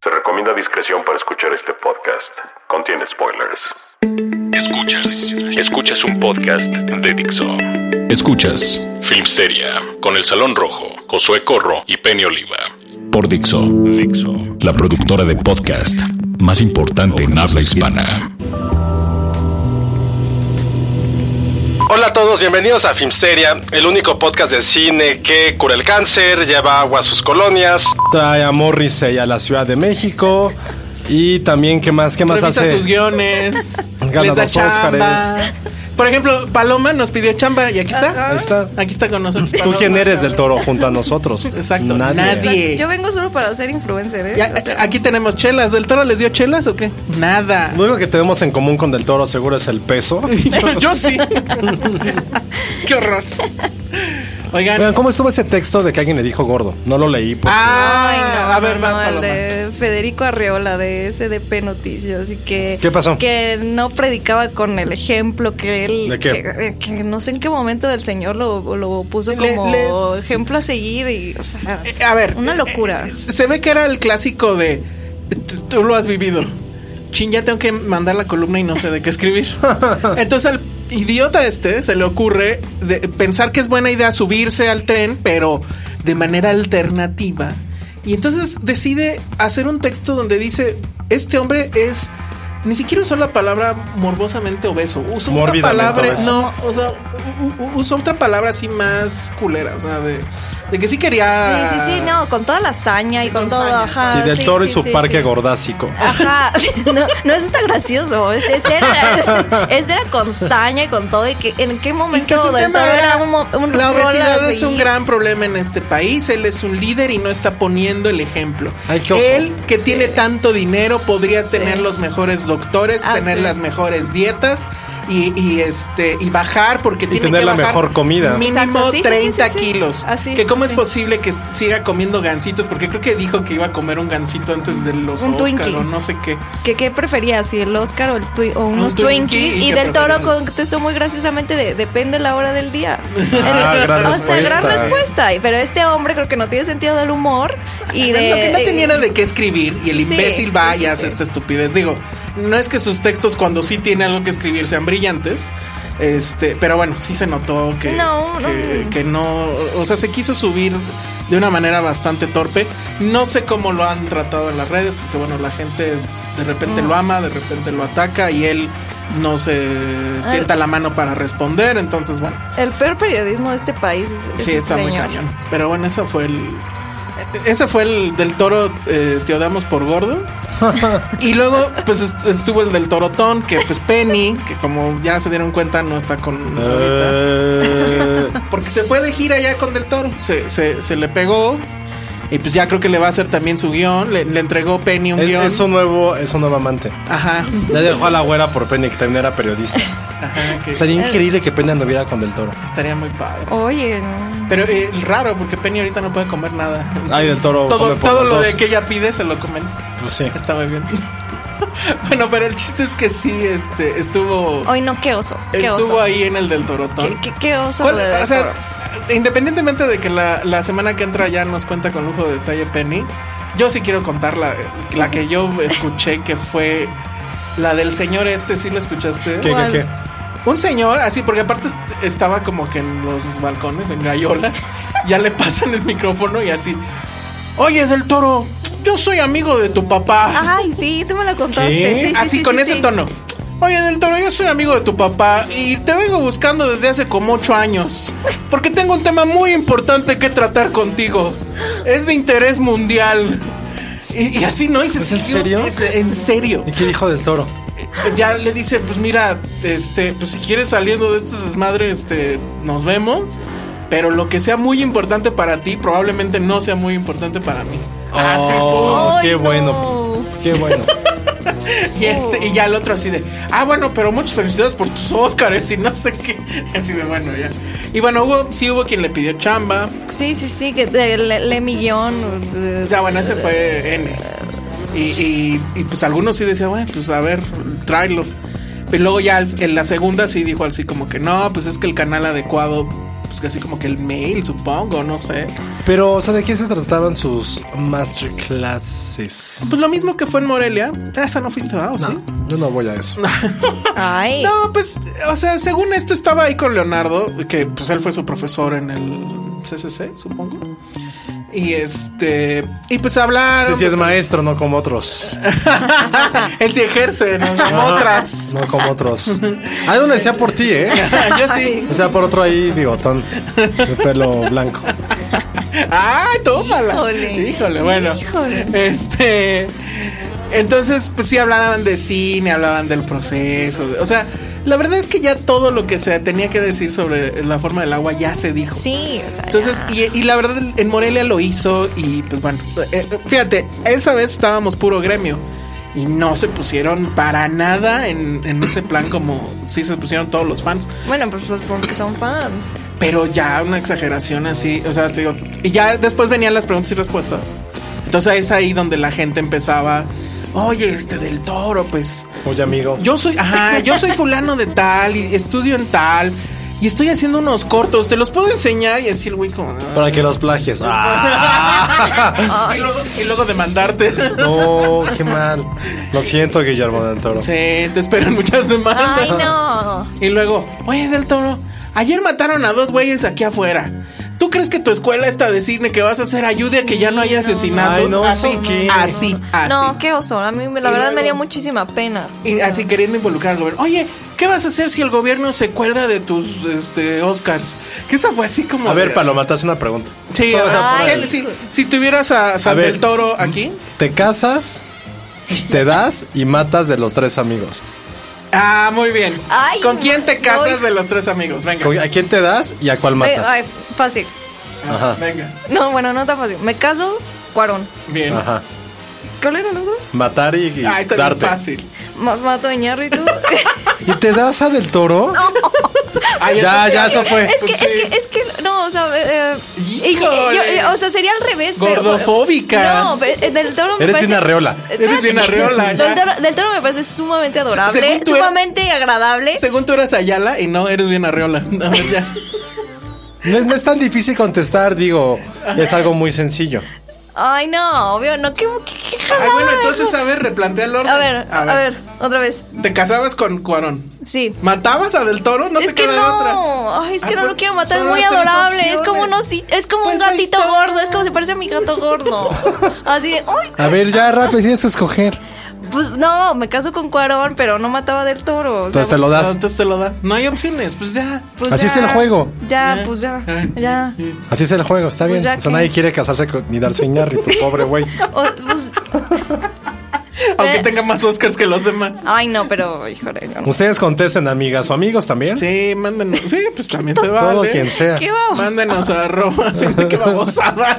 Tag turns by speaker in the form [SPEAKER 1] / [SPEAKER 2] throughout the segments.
[SPEAKER 1] Se recomienda discreción para escuchar este podcast. Contiene spoilers.
[SPEAKER 2] Escuchas, escuchas un podcast de Dixo. Escuchas Filmsteria con El Salón Rojo, Josué Corro y Penny Oliva. Por Dixo, la productora de podcast más importante en habla hispana.
[SPEAKER 3] Hola a todos, bienvenidos a Filmsteria, el único podcast de cine que cura el cáncer, lleva agua a sus colonias. Trae a Morrissey a la Ciudad de México. Y también, ¿qué más? ¿Qué más
[SPEAKER 4] Revisa
[SPEAKER 3] hace?
[SPEAKER 4] sus guiones.
[SPEAKER 3] Gana
[SPEAKER 4] les da
[SPEAKER 3] dos
[SPEAKER 4] chamba.
[SPEAKER 3] Óscares.
[SPEAKER 4] Por ejemplo, Paloma nos pidió chamba y aquí está.
[SPEAKER 3] Ahí está.
[SPEAKER 4] Aquí está con nosotros.
[SPEAKER 3] ¿Tú
[SPEAKER 4] Paloma.
[SPEAKER 3] quién eres del toro junto a nosotros?
[SPEAKER 4] Exacto, nadie.
[SPEAKER 5] Yo vengo solo para ser influencer, ¿eh?
[SPEAKER 4] Ya,
[SPEAKER 5] O sea,
[SPEAKER 4] aquí tenemos chelas. ¿Del toro les dio chelas o qué? Nada.
[SPEAKER 3] Lo único que tenemos en común con del toro seguro es el peso.
[SPEAKER 4] yo, yo sí. qué horror.
[SPEAKER 3] Oigan,
[SPEAKER 4] Oigan.
[SPEAKER 3] ¿Cómo estuvo ese texto de que alguien le dijo gordo? No lo leí. pues. porque-
[SPEAKER 4] Ah,
[SPEAKER 5] Ay, no,
[SPEAKER 4] a ver,
[SPEAKER 5] no,
[SPEAKER 4] más
[SPEAKER 5] no, el
[SPEAKER 4] Paloma.
[SPEAKER 5] de Federico Arreola de SDP Noticias y que
[SPEAKER 3] ¿Qué pasó?
[SPEAKER 5] que no predicaba con el ejemplo que él
[SPEAKER 3] ¿De qué?
[SPEAKER 5] Que, eh, que no sé en qué momento el señor lo, lo puso
[SPEAKER 4] Le-
[SPEAKER 5] como
[SPEAKER 4] les-
[SPEAKER 5] ejemplo a seguir y o sea,
[SPEAKER 4] Eh, A ver.
[SPEAKER 5] una locura.
[SPEAKER 4] eh, eh, Se ve que era el clásico de. "Tú- Tú lo has vivido. Chin, ya tengo que mandar la columna y no sé de qué escribir. Entonces al idiota este se le ocurre de- pensar que es buena idea subirse al tren, pero de manera alternativa. Y entonces decide hacer un texto donde dice: Este hombre es. Ni siquiera usó la palabra morbosamente obeso. Usó una
[SPEAKER 3] Mórbidamente
[SPEAKER 4] palabra.
[SPEAKER 3] obeso.
[SPEAKER 4] No, o sea, u- u- usó otra palabra así más culera. O sea, de, de que sí quería.
[SPEAKER 5] Sí, sí, sí, no, con toda la hazaña y con,
[SPEAKER 4] Con
[SPEAKER 5] todo,
[SPEAKER 4] saña.
[SPEAKER 5] ajá.
[SPEAKER 3] Sí, del toro y
[SPEAKER 5] sí,
[SPEAKER 3] su
[SPEAKER 5] sí,
[SPEAKER 3] parque
[SPEAKER 5] sí.
[SPEAKER 3] gordásico.
[SPEAKER 4] Ah,
[SPEAKER 5] Ajá, no, no eso está gracioso. Este, este era, este era con saña y con todo. Y que en qué
[SPEAKER 4] Y que su
[SPEAKER 5] momento del
[SPEAKER 4] tema
[SPEAKER 5] todo
[SPEAKER 4] era,
[SPEAKER 5] era un, mo- un
[SPEAKER 4] la
[SPEAKER 5] rol a
[SPEAKER 4] obesidad es un
[SPEAKER 5] seguir.
[SPEAKER 4] gran problema en este país. Él es un líder y no está poniendo el ejemplo.
[SPEAKER 3] Ay, qué oso.
[SPEAKER 4] Él que tiene tanto dinero podría tener los mejores doctores,
[SPEAKER 5] Ah,
[SPEAKER 4] tener
[SPEAKER 5] sí.
[SPEAKER 4] las mejores dietas y, y, este y bajar porque tiene
[SPEAKER 3] tener
[SPEAKER 4] que
[SPEAKER 3] la
[SPEAKER 4] bajar
[SPEAKER 3] mejor comida.
[SPEAKER 4] mínimo
[SPEAKER 5] Exacto, sí, sí, sí,
[SPEAKER 4] 30
[SPEAKER 5] sí, sí.
[SPEAKER 4] kilos.
[SPEAKER 5] Así,
[SPEAKER 4] que cómo es
[SPEAKER 5] sí.
[SPEAKER 4] posible que siga comiendo gansitos porque creo que dijo que iba a comer un gansito antes de los
[SPEAKER 5] Un
[SPEAKER 4] Oscar
[SPEAKER 5] Twinkie.
[SPEAKER 4] o no sé qué.
[SPEAKER 5] ¿Qué, qué preferías? ¿Si el Oscar o, el twi- o unos
[SPEAKER 4] Twinkie,
[SPEAKER 5] Twinkies?
[SPEAKER 4] ¿y
[SPEAKER 5] Y
[SPEAKER 4] qué
[SPEAKER 5] del toro
[SPEAKER 4] preferías?
[SPEAKER 5] contestó muy graciosamente de depende la hora del día.
[SPEAKER 3] Ah, gran
[SPEAKER 5] o sea, gran
[SPEAKER 3] respuesta.
[SPEAKER 5] respuesta. Y- Pero este hombre creo que no tiene sentido del humor y de... eh,
[SPEAKER 4] Lo que no tenía era de qué escribir y el
[SPEAKER 5] Sí,
[SPEAKER 4] imbécil va
[SPEAKER 5] sí,
[SPEAKER 4] y
[SPEAKER 5] sí,
[SPEAKER 4] hace
[SPEAKER 5] sí.
[SPEAKER 4] esta estupidez. Digo, no es que sus textos cuando sí tiene algo que escribir sean brillantes. Este, pero bueno, sí se notó que
[SPEAKER 5] No,
[SPEAKER 4] que,
[SPEAKER 5] no.
[SPEAKER 4] que no, o sea, se quiso subir de una manera bastante torpe. No sé cómo lo han tratado en las redes, porque bueno, la gente de repente lo ama, de repente lo ataca y él no se tienta la mano para responder, entonces bueno,
[SPEAKER 5] El peor periodismo de este país es, es
[SPEAKER 4] Sí,
[SPEAKER 5] ese
[SPEAKER 4] está muy
[SPEAKER 5] señor.
[SPEAKER 4] cañón. Pero bueno, ese fue el. Ese fue el del toro eh, Te odamos por gordo. y luego, pues est- estuvo el del torotón, que pues Penny, que como ya se dieron cuenta, no está con.
[SPEAKER 3] Ah.
[SPEAKER 4] ahorita.
[SPEAKER 3] Eh,
[SPEAKER 4] Porque se fue de gira ya con del toro. Se, se, se le pegó. Y pues ya creo que le va a hacer también su guión. Le, le entregó Penny un
[SPEAKER 3] es,
[SPEAKER 4] guión.
[SPEAKER 3] es un nuevo, es un nuevo amante.
[SPEAKER 4] Ajá.
[SPEAKER 3] Ya dejó a la güera por Penny, que también era periodista.
[SPEAKER 4] Ajá, que
[SPEAKER 3] Estaría increíble que Penny anduviera con del toro.
[SPEAKER 4] estaría muy padre.
[SPEAKER 5] Oye, no.
[SPEAKER 4] Pero eh, raro, porque Penny ahorita no puede comer nada.
[SPEAKER 3] Ay, del toro.
[SPEAKER 4] Todo,
[SPEAKER 3] come por
[SPEAKER 4] todo
[SPEAKER 3] los
[SPEAKER 4] lo
[SPEAKER 3] dos.
[SPEAKER 4] de que ella pide se lo comen.
[SPEAKER 3] Pues sí.
[SPEAKER 4] Está muy bien. bueno, pero el chiste es que sí, este, estuvo,
[SPEAKER 5] hoy no, qué oso, qué
[SPEAKER 4] estuvo
[SPEAKER 5] oso.
[SPEAKER 4] ahí en el del Torotón.
[SPEAKER 5] ¿Qué, qué, qué oso
[SPEAKER 4] ¿Cuál-
[SPEAKER 5] lo de
[SPEAKER 4] o sea,
[SPEAKER 5] Toro.
[SPEAKER 4] independientemente de que la, la semana que entra ya nos cuenta con lujo de detalle Penny, yo sí quiero contar la, la que yo escuché que fue la del señor este, ¿sí la escuchaste?
[SPEAKER 3] ¿Qué, qué,
[SPEAKER 5] ¿Cuál?
[SPEAKER 3] qué?
[SPEAKER 4] Un señor, así, porque aparte est- estaba como que en los balcones, en Gallola, ya le pasan el micrófono y así. Oye, del toro, yo soy amigo de tu papá.
[SPEAKER 5] Ay, sí, tú me lo contaste.
[SPEAKER 6] ¿Qué?
[SPEAKER 5] Sí, sí,
[SPEAKER 4] así
[SPEAKER 5] sí,
[SPEAKER 4] Ah, con
[SPEAKER 5] sí,
[SPEAKER 4] ese
[SPEAKER 5] sí.
[SPEAKER 4] tono. Oye, del toro, yo soy amigo de tu papá y te vengo buscando desde hace como ocho años. Porque tengo un tema muy importante que tratar contigo. Es de interés mundial. Y, y así no dices.
[SPEAKER 6] ¿Es en serio?
[SPEAKER 4] "Es en serio.
[SPEAKER 6] ¿Y qué dijo del toro?
[SPEAKER 4] Ya le dice, pues mira, este, pues si quieres saliendo de este desmadre, este, nos vemos. Pero lo que sea muy importante para ti, probablemente no sea muy importante para mí.
[SPEAKER 6] Oh,
[SPEAKER 5] Ah, Ay,
[SPEAKER 6] qué
[SPEAKER 5] no.
[SPEAKER 6] bueno. Qué bueno.
[SPEAKER 4] Y, este, y ya el otro así de, ah, bueno, pero muchas felicidades por tus Óscares y no sé qué. Así de, bueno, ya. Y bueno, hubo, sí hubo quien le pidió chamba.
[SPEAKER 5] Sí, sí, sí, que de- le, le millón. de-
[SPEAKER 4] Ya, bueno, ese fue N. Y, y- y, pues algunos sí decían, bueno, pues a ver, tráelo. Pero luego ya al- en la segunda sí dijo así como que no, pues es que el canal adecuado, pues que así como que el mail, supongo, no sé.
[SPEAKER 6] Pero, o sea, ¿de qué se trataban sus masterclasses?
[SPEAKER 4] Pues lo mismo que fue en Morelia. Esa no fuiste, ¿verdad? ¿O sí?
[SPEAKER 6] Yo no voy a eso. Este
[SPEAKER 5] Ay.
[SPEAKER 4] No, pues, o sea, según esto estaba ahí con Leonardo, que pues él fue su profesor en el CCC, supongo. Y este, y pues hablaron.
[SPEAKER 6] Este sí es
[SPEAKER 4] pues,
[SPEAKER 6] maestro, no como otros.
[SPEAKER 4] él sí ejerce, no como otras.
[SPEAKER 6] No como otros. Hay una decía por ti, ¿eh?
[SPEAKER 4] Yo sí.
[SPEAKER 6] O sea, por otro ahí, bigotón. De pelo blanco.
[SPEAKER 4] Ay, tómala.
[SPEAKER 5] Híjole.
[SPEAKER 4] Híjole, bueno.
[SPEAKER 5] Híjole.
[SPEAKER 4] Este. Entonces, pues sí hablaban de cine, hablaban del proceso. de- O sea, la verdad es que ya todo lo que se tenía que decir sobre la forma del agua ya se dijo.
[SPEAKER 5] Sí, o sea.
[SPEAKER 4] Entonces,
[SPEAKER 5] ya.
[SPEAKER 4] y, y la verdad, en Morelia lo hizo y pues bueno, eh, eh, fíjate, esa vez estábamos puro gremio y no se pusieron para nada en, en ese plan como sí se pusieron todos los fans,
[SPEAKER 5] Bueno, pues pues, porque son fans.
[SPEAKER 4] pero ya una exageración así, o sea, te digo, y ya después venían las preguntas y respuestas. Entonces es ahí donde la gente empezaba, oye, este del toro, pues
[SPEAKER 6] Oye, amigo.
[SPEAKER 4] yo soy, ajá, yo soy fulano de tal y estudio en tal. Y estoy haciendo unos cortos, te los puedo enseñar y decir, güey, como... "Ah,
[SPEAKER 6] Para que los plagies. Ah,
[SPEAKER 4] y, luego, y luego demandarte.
[SPEAKER 6] No, qué mal. Lo siento, Guillermo del Toro.
[SPEAKER 4] Sí, te esperan muchas demandas.
[SPEAKER 5] Ay, no.
[SPEAKER 4] Y luego, oye, del toro, ayer mataron a dos güeyes aquí afuera. ¿Tú crees que tu escuela esta de cine que vas a hacer ayude a que ya no haya asesinatos?
[SPEAKER 6] Ay, no,
[SPEAKER 4] así,
[SPEAKER 6] ¿eso qué?
[SPEAKER 4] así, así.
[SPEAKER 5] No, qué oso. A mí, la
[SPEAKER 4] Y
[SPEAKER 5] verdad,
[SPEAKER 4] luego-
[SPEAKER 5] me dio muchísima pena.
[SPEAKER 4] Y así queriendo involucrar al gobierno. Oye, ¿qué vas a hacer si el gobierno se cuelga de tus este, Oscars? Que esa fue así como.
[SPEAKER 6] A ver,
[SPEAKER 4] de-
[SPEAKER 6] Paloma, te hace una pregunta.
[SPEAKER 4] Sí,
[SPEAKER 6] Todo está
[SPEAKER 4] ah,
[SPEAKER 6] por ahí.
[SPEAKER 4] ¿qué- si, si tuvieras a San
[SPEAKER 6] A ver.
[SPEAKER 4] del Toro aquí.
[SPEAKER 6] Te casas, te das y matas de los tres amigos.
[SPEAKER 4] Ah, muy bien.
[SPEAKER 5] Ay,
[SPEAKER 4] ¿Con quién te casas
[SPEAKER 5] no.
[SPEAKER 4] de los tres amigos? Venga.
[SPEAKER 6] ¿Con- ¿A quién te das y a cuál
[SPEAKER 5] Ve-
[SPEAKER 6] matas?
[SPEAKER 5] Eh, Ay, fácil.
[SPEAKER 6] Ajá.
[SPEAKER 4] Venga.
[SPEAKER 5] No, bueno, no tan fácil. Me caso, Cuarón.
[SPEAKER 4] Bien.
[SPEAKER 6] Ajá.
[SPEAKER 5] ¿Cuál era el otro?
[SPEAKER 6] Matar y, y
[SPEAKER 4] Ah, está bien
[SPEAKER 6] darte.
[SPEAKER 4] fácil.
[SPEAKER 5] Ma- Mato a Iñárritu.
[SPEAKER 6] ¿Y te das a del toro?
[SPEAKER 4] Ay,
[SPEAKER 6] ya,
[SPEAKER 4] entonces-
[SPEAKER 6] ya, eso fue.
[SPEAKER 5] eh, Es que,
[SPEAKER 4] Pues sí.
[SPEAKER 5] es que, es que, no, o sea, eh, eh, y- y-
[SPEAKER 4] Híjole.
[SPEAKER 5] yo- yo- o sea, sería al revés. pero-
[SPEAKER 4] Gordofóbica.
[SPEAKER 5] no, pero eh, del toro me
[SPEAKER 6] Eres
[SPEAKER 5] parece. eh,
[SPEAKER 6] bien arreola.
[SPEAKER 5] Espérate.
[SPEAKER 4] Eres bien arreola, ya.
[SPEAKER 5] Del toro, del toro me parece sumamente adorable,
[SPEAKER 4] Según tú eras-
[SPEAKER 5] sumamente agradable.
[SPEAKER 4] Según tú eras Ayala y no eres bien arreola. A ver, ya.
[SPEAKER 6] No es, no es tan difícil contestar, digo, es algo muy sencillo.
[SPEAKER 5] Ay, no, obvio, no, qué, qué, qué
[SPEAKER 4] Ay, bueno,
[SPEAKER 5] jalada
[SPEAKER 4] entonces
[SPEAKER 5] eso.
[SPEAKER 4] a ver, replantea el orden.
[SPEAKER 5] A ver, a ver, otra vez.
[SPEAKER 4] Te casabas con Cuarón.
[SPEAKER 5] Sí.
[SPEAKER 4] ¿Matabas a Del Toro? No
[SPEAKER 5] es
[SPEAKER 4] te
[SPEAKER 5] que
[SPEAKER 4] queda de
[SPEAKER 5] no,
[SPEAKER 4] otra.
[SPEAKER 5] Ay, es
[SPEAKER 4] Ah,
[SPEAKER 5] que no
[SPEAKER 4] pues,
[SPEAKER 5] lo quiero matar, es
[SPEAKER 4] son
[SPEAKER 5] muy
[SPEAKER 4] las tres
[SPEAKER 5] adorable. Es como,
[SPEAKER 4] opciones.
[SPEAKER 5] unos, es como
[SPEAKER 4] Pues
[SPEAKER 5] un
[SPEAKER 4] ahí
[SPEAKER 5] gatito
[SPEAKER 4] está.
[SPEAKER 5] gordo, es como se parece a mi gato gordo. Así de, ¡ay!
[SPEAKER 6] A ver, ya rápido tienes que escoger.
[SPEAKER 5] Pues no, me caso con Cuarón, pero no mataba del toro. o sea,
[SPEAKER 6] Entonces te lo das.
[SPEAKER 4] Entonces te lo das. No hay opciones, pues ya.
[SPEAKER 5] pues
[SPEAKER 6] así es el juego.
[SPEAKER 5] Ya, pues ya, ya.
[SPEAKER 6] Así es el juego, está
[SPEAKER 5] Pues
[SPEAKER 6] bien.
[SPEAKER 5] ya
[SPEAKER 6] O sea,
[SPEAKER 5] que-
[SPEAKER 6] nadie quiere casarse con, ni darse tu pobre güey.
[SPEAKER 5] O- pues,
[SPEAKER 4] Aunque
[SPEAKER 5] Eh.
[SPEAKER 4] tenga más Oscars que los demás.
[SPEAKER 5] ay, no, pero híjole. no.
[SPEAKER 6] Ustedes contesten, amigas o amigos también.
[SPEAKER 4] Sí, mándenos. Sí, pues también se vale.
[SPEAKER 6] Todo quien sea.
[SPEAKER 5] ¿Qué vamos?
[SPEAKER 4] Mándenos a Roma. Qué babosada.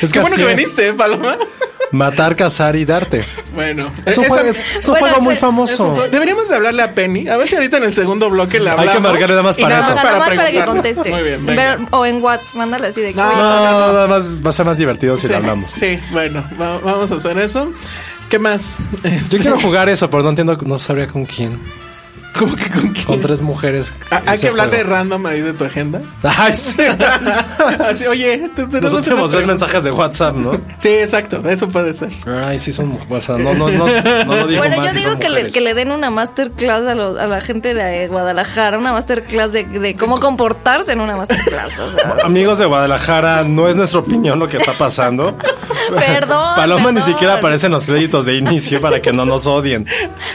[SPEAKER 6] Es
[SPEAKER 4] Qué
[SPEAKER 6] que
[SPEAKER 4] bueno
[SPEAKER 6] así
[SPEAKER 4] que
[SPEAKER 6] es.
[SPEAKER 4] viniste, ¿eh, Paloma.
[SPEAKER 6] Matar, cazar y darte.
[SPEAKER 4] Bueno. eh,
[SPEAKER 6] Es un
[SPEAKER 4] esa-
[SPEAKER 6] juego, es un
[SPEAKER 5] Bueno,
[SPEAKER 6] juego muy
[SPEAKER 5] pero-
[SPEAKER 6] famoso.
[SPEAKER 4] Deberíamos de hablarle a Penny. A ver si ahorita en el segundo bloque la
[SPEAKER 6] Hay que
[SPEAKER 4] hablamos.
[SPEAKER 6] marcarle nada más
[SPEAKER 4] y
[SPEAKER 6] para
[SPEAKER 4] nada
[SPEAKER 6] eso.
[SPEAKER 4] más para
[SPEAKER 5] Nada más para que
[SPEAKER 4] preguntarle.
[SPEAKER 5] conteste.
[SPEAKER 4] Muy bien, venga.
[SPEAKER 5] Ver- o en WhatsApp, mándale así de que.
[SPEAKER 4] No.
[SPEAKER 5] oye,
[SPEAKER 6] No, nada más va a ser más divertido si
[SPEAKER 4] Sí,
[SPEAKER 6] lo hablamos.
[SPEAKER 4] Sí, bueno, va- vamos a hacer eso. ¿Qué más?
[SPEAKER 6] Yo
[SPEAKER 4] Este,
[SPEAKER 6] quiero jugar eso, pero no entiendo, no sabría con quién.
[SPEAKER 4] ¿Cómo que con quién?
[SPEAKER 6] Con tres mujeres.
[SPEAKER 4] Ah, Hay
[SPEAKER 6] Ese
[SPEAKER 4] que hablar de
[SPEAKER 6] juego.
[SPEAKER 4] random ahí de tu agenda.
[SPEAKER 6] Ay, sí.
[SPEAKER 4] Así, oye, te
[SPEAKER 6] Los
[SPEAKER 4] tenemos una
[SPEAKER 6] últimos tres
[SPEAKER 4] pregunta.
[SPEAKER 6] mensajes de WhatsApp, ¿no?
[SPEAKER 4] Sí, exacto, eso puede ser.
[SPEAKER 6] Ay, sí son mujeres. O sea, no, no, no, no, lo digo
[SPEAKER 5] Bueno,
[SPEAKER 6] mal,
[SPEAKER 5] yo
[SPEAKER 6] sí
[SPEAKER 5] digo
[SPEAKER 6] son
[SPEAKER 5] que le,
[SPEAKER 6] mujeres.
[SPEAKER 5] que le den una masterclass a, los- a la gente de eh, Guadalajara, una masterclass de, de cómo comportarse en una masterclass. O sea,
[SPEAKER 6] Amigos de Guadalajara, no es nuestra opinión lo que está pasando.
[SPEAKER 5] perdón.
[SPEAKER 6] Paloma ni
[SPEAKER 5] perdón.
[SPEAKER 6] siquiera aparece en los créditos de inicio para que no nos odien.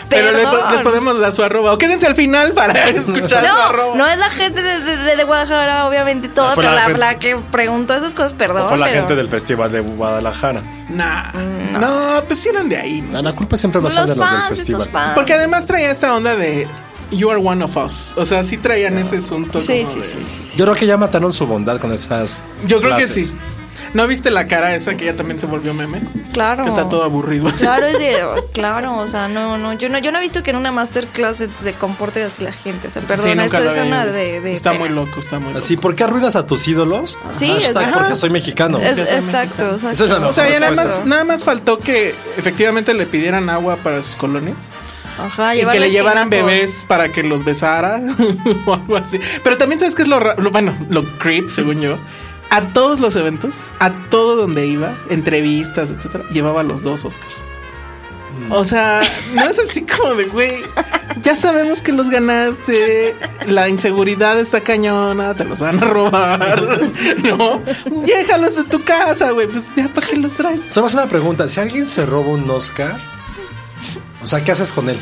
[SPEAKER 4] Pero le po-
[SPEAKER 5] Perdón.
[SPEAKER 4] les podemos dar su arroba. O quédense al final para escuchar su
[SPEAKER 5] No,
[SPEAKER 4] arroba.
[SPEAKER 5] no es la gente de, de- de Guadalajara, obviamente, y todo,
[SPEAKER 6] Ah, Fue
[SPEAKER 5] pero
[SPEAKER 6] la
[SPEAKER 5] la,
[SPEAKER 6] gente-
[SPEAKER 5] la que preguntó esas cosas, perdón.
[SPEAKER 6] O fue la
[SPEAKER 5] pero-
[SPEAKER 6] gente del Festival de Guadalajara.
[SPEAKER 4] Nah. No, pues sí eran de ahí. ¿no?
[SPEAKER 6] La- La culpa siempre va a ser de
[SPEAKER 5] Los
[SPEAKER 6] los del
[SPEAKER 5] fans,
[SPEAKER 6] festival.
[SPEAKER 5] estos fans.
[SPEAKER 4] Porque además traía esta onda de You are one of us. O sea, sí traían ese asunto.
[SPEAKER 5] Sí,
[SPEAKER 4] como
[SPEAKER 5] sí,
[SPEAKER 4] de-
[SPEAKER 5] sí, sí.
[SPEAKER 6] Yo creo que ya mataron su bondad con esas.
[SPEAKER 4] Yo creo que
[SPEAKER 6] frases.
[SPEAKER 4] sí. ¿No viste la cara esa que ya también se volvió meme?
[SPEAKER 5] Claro.
[SPEAKER 4] Que está todo aburrido. así.
[SPEAKER 5] Claro, es de, claro, o sea, no, no, yo no, yo no he visto que en una masterclass se comporte así la gente, o sea,
[SPEAKER 4] Sí,
[SPEAKER 5] perdón,
[SPEAKER 4] nunca
[SPEAKER 5] esto
[SPEAKER 4] la
[SPEAKER 5] es una
[SPEAKER 4] veíamos.
[SPEAKER 5] de, de-
[SPEAKER 4] Está
[SPEAKER 5] pena.
[SPEAKER 4] muy loco, está muy loco.
[SPEAKER 6] Así, ¿por qué arruinas a tus ídolos?
[SPEAKER 5] Sí,
[SPEAKER 6] Hashtag,
[SPEAKER 5] exacto.
[SPEAKER 6] porque soy mexicano.
[SPEAKER 5] Es-
[SPEAKER 4] Yo soy
[SPEAKER 5] exacto, exacto.
[SPEAKER 6] Esa es la mejor
[SPEAKER 4] O sea, ya nada
[SPEAKER 6] respuesta.
[SPEAKER 4] más, nada más faltó que efectivamente le pidieran agua para sus colonias
[SPEAKER 5] Ajá,
[SPEAKER 4] y que le
[SPEAKER 5] llevarles
[SPEAKER 4] llevaran
[SPEAKER 5] tinacos.
[SPEAKER 4] bebés para que los besara o algo así. Pero también sabes que es lo, ra- lo- bueno, lo creep, según yo. A todos los eventos, a todo donde iba, entrevistas, etcétera, llevaba los dos Oscars. O sea, no es así como de, güey, ya sabemos que los ganaste, la inseguridad está cañona, te los van a robar, ¿no? Déjalos en tu casa, güey, pues ya para qué los traes.
[SPEAKER 6] Solo es una pregunta. Si alguien se roba un Oscar, o sea, ¿qué haces con él?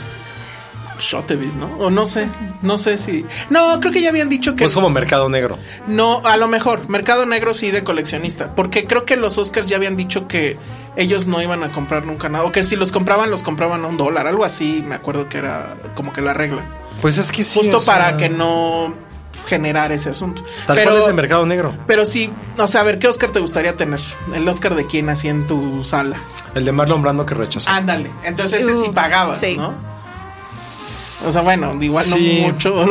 [SPEAKER 4] Shotevis, ¿no? O no sé, no sé si. No, creo que ya habían dicho que.
[SPEAKER 6] Es como mercado negro.
[SPEAKER 4] No, a lo mejor. Mercado negro sí de coleccionista. Porque creo que los Oscars ya habían dicho que ellos no iban a comprar nunca nada. O que si los compraban, los compraban a un dólar. Algo así, me acuerdo que era como que la regla.
[SPEAKER 6] Pues es que sí.
[SPEAKER 4] Justo
[SPEAKER 6] o sea,
[SPEAKER 4] para que no generar ese asunto.
[SPEAKER 6] Tal cual es de mercado negro.
[SPEAKER 4] Pero sí, o sea, a ver, ¿qué Oscar te gustaría tener? El Oscar de quién así en tu sala.
[SPEAKER 6] El de Marlon Brando que rechazó.
[SPEAKER 4] Ándale. Entonces ese sí
[SPEAKER 5] Uh,
[SPEAKER 4] pagabas,
[SPEAKER 5] sí.
[SPEAKER 4] ¿no? O sea, bueno, igual
[SPEAKER 6] Sí.
[SPEAKER 4] no mucho.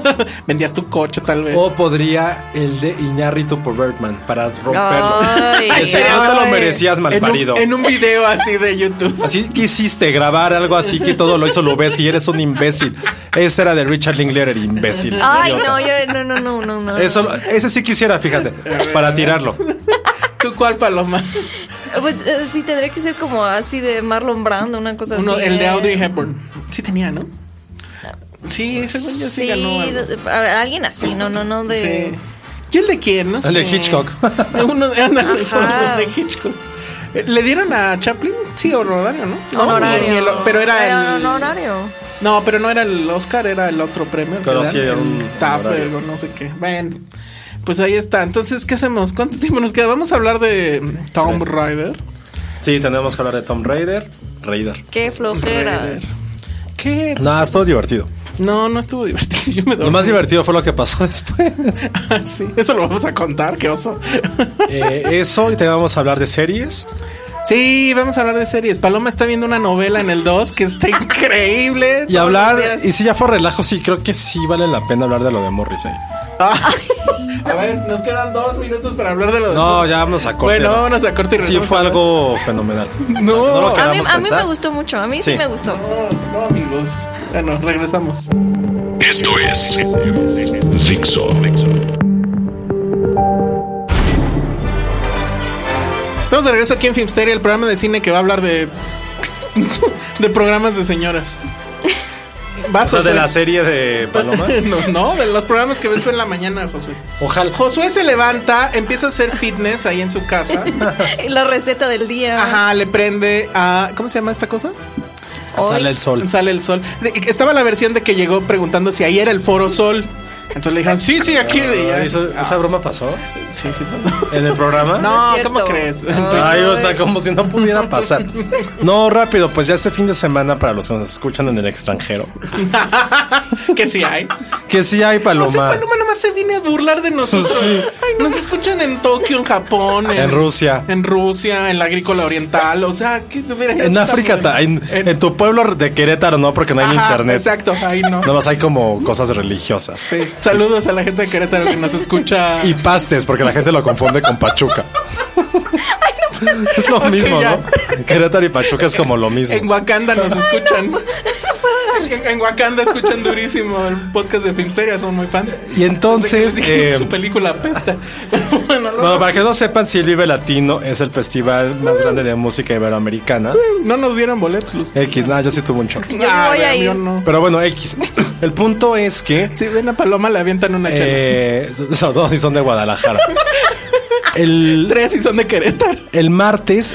[SPEAKER 4] Vendías tu coche, tal vez.
[SPEAKER 6] O podría el de Iñarrito por Birdman para romperlo.
[SPEAKER 5] Ay,
[SPEAKER 6] Que se- no te lo
[SPEAKER 5] ay.
[SPEAKER 6] merecías, malparido.
[SPEAKER 4] En un, en un video así de YouTube.
[SPEAKER 6] Así quisiste grabar algo así que todo lo hizo Lubezki y eres un imbécil. Ese era de Richard Linklater, imbécil.
[SPEAKER 5] Ay,
[SPEAKER 6] idiota.
[SPEAKER 5] no, yo, no, no, no, no, no.
[SPEAKER 6] Eso, lo- ese sí quisiera, fíjate, para tirarlo.
[SPEAKER 4] ¿Tú cuál, Paloma?
[SPEAKER 5] Pues eh, sí, tendría que ser como así de Marlon Brando, una cosa
[SPEAKER 4] Uno,
[SPEAKER 5] así.
[SPEAKER 4] el de
[SPEAKER 5] eh.
[SPEAKER 4] Audrey Hepburn. Sí tenía, ¿no? Sí, según yo sí,
[SPEAKER 5] Sí,
[SPEAKER 4] ganó. algo.
[SPEAKER 5] de- a ver, alguien así, no, no, no, de...
[SPEAKER 4] Sí. ¿Y el de quién? No
[SPEAKER 6] El de
[SPEAKER 4] sé.
[SPEAKER 6] Hitchcock.
[SPEAKER 4] Uno de, ándale,
[SPEAKER 5] Ajá.
[SPEAKER 4] uno de Hitchcock. Eh, ¿Le dieron a Chaplin? Sí, honorario, ¿no? No, ni el-
[SPEAKER 5] Honorario.
[SPEAKER 4] pero era
[SPEAKER 5] Pero
[SPEAKER 4] el.
[SPEAKER 5] no, honorario.
[SPEAKER 4] No, pero no era el Oscar, era el otro premio. el que
[SPEAKER 6] Pero
[SPEAKER 4] dan,
[SPEAKER 6] sí era
[SPEAKER 4] el
[SPEAKER 6] un
[SPEAKER 4] Tafel
[SPEAKER 6] honorario.
[SPEAKER 4] o no sé qué. Bueno, pues ahí está. Entonces, ¿qué hacemos? ¿Cuánto tiempo nos queda? Vamos a hablar de Tomb Raider.
[SPEAKER 6] Sí, tenemos que hablar de Tom Raider. Raider.
[SPEAKER 5] Qué flojera.
[SPEAKER 4] Raider. ¿Qué?
[SPEAKER 6] No, estuvo divertido.
[SPEAKER 4] No, no estuvo divertido. Yo me
[SPEAKER 6] Lo
[SPEAKER 4] dormí.
[SPEAKER 6] más divertido fue lo que pasó después.
[SPEAKER 4] Ah, sí, eso lo vamos a contar, qué oso.
[SPEAKER 6] Eh, eso, y te vamos a hablar de series.
[SPEAKER 4] sí, vamos a hablar de series. Paloma está viendo una novela en el 2 que está increíble.
[SPEAKER 6] Y hablar, y si ya fue relajo, sí, creo que sí vale la pena hablar de eh. lo de Morrissey.
[SPEAKER 4] Ah, a ver, nos quedan dos minutos para hablar de lo de-
[SPEAKER 6] No, ya vámonos a corte.
[SPEAKER 4] Bueno, vámonos a corte y
[SPEAKER 6] Sí,
[SPEAKER 4] regresamos
[SPEAKER 6] fue
[SPEAKER 4] a hablar.
[SPEAKER 6] algo fenomenal. O sea,
[SPEAKER 4] No.
[SPEAKER 6] lo
[SPEAKER 4] A mí-
[SPEAKER 5] A mí,
[SPEAKER 6] queríamos
[SPEAKER 5] a mí me
[SPEAKER 6] pensar.
[SPEAKER 5] gustó mucho, a mí sí,
[SPEAKER 6] Sí.
[SPEAKER 5] me gustó.
[SPEAKER 4] No, no, amigos. Bueno, regresamos.
[SPEAKER 2] Esto es Dixo.
[SPEAKER 4] Estamos de regreso aquí en Filmsteria, el programa de cine que va a hablar de. de programas de señoras.
[SPEAKER 6] O
[SPEAKER 4] ¿Vas
[SPEAKER 6] sea, de la
[SPEAKER 4] Josué?
[SPEAKER 6] serie de Paloma.
[SPEAKER 4] No, no, de los programas que ves tú en la mañana, Josué.
[SPEAKER 6] Ojalá.
[SPEAKER 4] Josué se levanta, empieza a hacer fitness ahí en su casa.
[SPEAKER 5] La receta del día.
[SPEAKER 4] Ajá, le prende a. ¿Cómo se llama esta cosa?
[SPEAKER 5] Hoy-
[SPEAKER 6] Sale el sol.
[SPEAKER 4] Sale el sol. De- estaba la versión de que llegó preguntando si ahí era el foro sol. Entonces le dijeron, sí, sí, aquí. y ya.
[SPEAKER 6] Ah, ¿eso- ¿Esa broma pasó
[SPEAKER 4] Sí, sí, pasó.
[SPEAKER 6] en el programa?
[SPEAKER 4] No,
[SPEAKER 5] es
[SPEAKER 4] ¿cómo
[SPEAKER 5] cierto.
[SPEAKER 4] crees?
[SPEAKER 6] Ah. Ay, o sea, como si no pudiera pasar. No, rápido, pues ya este fin de semana para los que nos escuchan en el extranjero.
[SPEAKER 4] que sí hay.
[SPEAKER 6] Que sí hay
[SPEAKER 4] No sé,
[SPEAKER 6] paloma.
[SPEAKER 4] Paloma nomás se viene a burlar de nosotros.
[SPEAKER 6] Sí.
[SPEAKER 4] Ay, no. Nos escuchan en Tokio, en Japón, en,
[SPEAKER 6] En Rusia.
[SPEAKER 4] en Rusia, en la agrícola oriental. O sea, que de veras
[SPEAKER 6] En
[SPEAKER 4] está
[SPEAKER 6] África,
[SPEAKER 4] bueno.
[SPEAKER 6] ta- en, en tu pueblo de Querétaro, no, porque no hay
[SPEAKER 4] Ajá,
[SPEAKER 6] internet.
[SPEAKER 4] Exacto, ahí no.
[SPEAKER 6] Nada más hay como cosas religiosas.
[SPEAKER 4] Sí. Saludos a la gente de Querétaro que nos escucha.
[SPEAKER 6] Y pastes, porque la gente lo confunde con Pachuca. es lo
[SPEAKER 4] Ok,
[SPEAKER 6] mismo,
[SPEAKER 4] ya.
[SPEAKER 6] ¿no? Querétaro y Pachuca es como lo mismo.
[SPEAKER 4] en Wakanda nos escuchan. En, en Wakanda escuchan durísimo el podcast de Filmsteria, son muy fans.
[SPEAKER 6] Y entonces,
[SPEAKER 4] Desde que-
[SPEAKER 6] eh,
[SPEAKER 4] su película pesta. bueno, luego,
[SPEAKER 6] Bueno, para que no sepan, si el Vive Latino es el festival más grande de música iberoamericana.
[SPEAKER 4] no nos dieron boletos. Luz. Ah,
[SPEAKER 6] X, nada, yo sí tuve un chorro.
[SPEAKER 5] Yo no voy a
[SPEAKER 4] güey,
[SPEAKER 5] ir.
[SPEAKER 4] amigo, no.
[SPEAKER 6] Pero bueno, X. El punto es que.
[SPEAKER 4] Si ven a Paloma, le avientan una chela.
[SPEAKER 6] eh, sobre todo si son de Guadalajara. El,
[SPEAKER 4] Tres y son de Querétaro.
[SPEAKER 6] el martes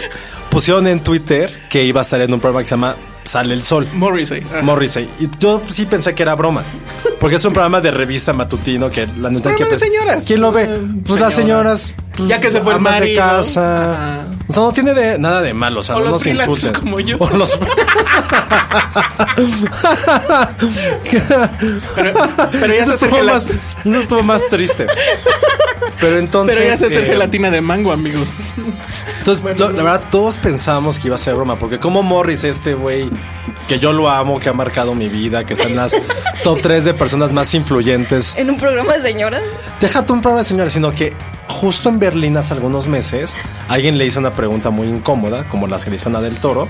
[SPEAKER 6] pusieron en Twitter que iba a estar en un programa que se llama Sale el Sol.
[SPEAKER 4] Morrissey. Ajá.
[SPEAKER 6] Morrissey. Y yo sí pensé que era broma. Porque es un programa de revista matutino que la neta
[SPEAKER 4] programa
[SPEAKER 6] ¿quién
[SPEAKER 4] de
[SPEAKER 6] te-
[SPEAKER 4] señoras. Eh,
[SPEAKER 6] ¿Quién lo ve? Pues las
[SPEAKER 4] señoras.
[SPEAKER 6] señoras. pues,
[SPEAKER 4] Ya que se fue el
[SPEAKER 6] amas de
[SPEAKER 4] marido.
[SPEAKER 6] casa.
[SPEAKER 4] Ajá.
[SPEAKER 6] O sea, no tiene de, nada de malo. O sea,
[SPEAKER 4] O
[SPEAKER 6] no
[SPEAKER 4] los
[SPEAKER 6] nos
[SPEAKER 4] freelancers
[SPEAKER 6] insulten.
[SPEAKER 4] como yo.
[SPEAKER 6] O los-
[SPEAKER 4] Pero ya
[SPEAKER 6] Eso
[SPEAKER 4] se
[SPEAKER 6] estuvo
[SPEAKER 4] acerca la-
[SPEAKER 6] más, eso estuvo más triste. Pero entonces.
[SPEAKER 4] Pero ya se hacer
[SPEAKER 6] eh,
[SPEAKER 4] gelatina de mango, amigos.
[SPEAKER 6] Entonces, lo- la verdad, todos pensábamos que iba a ser broma, porque como Morris, este güey, que yo lo amo, que ha marcado mi vida, que está en las top 3 de personas más influyentes,
[SPEAKER 5] ¿En un programa de señoras?
[SPEAKER 6] déjate un programa de señores, sino que justo en Berlín hace algunos meses, alguien le hizo una pregunta muy incómoda, como las que le hizo Ana del Toro,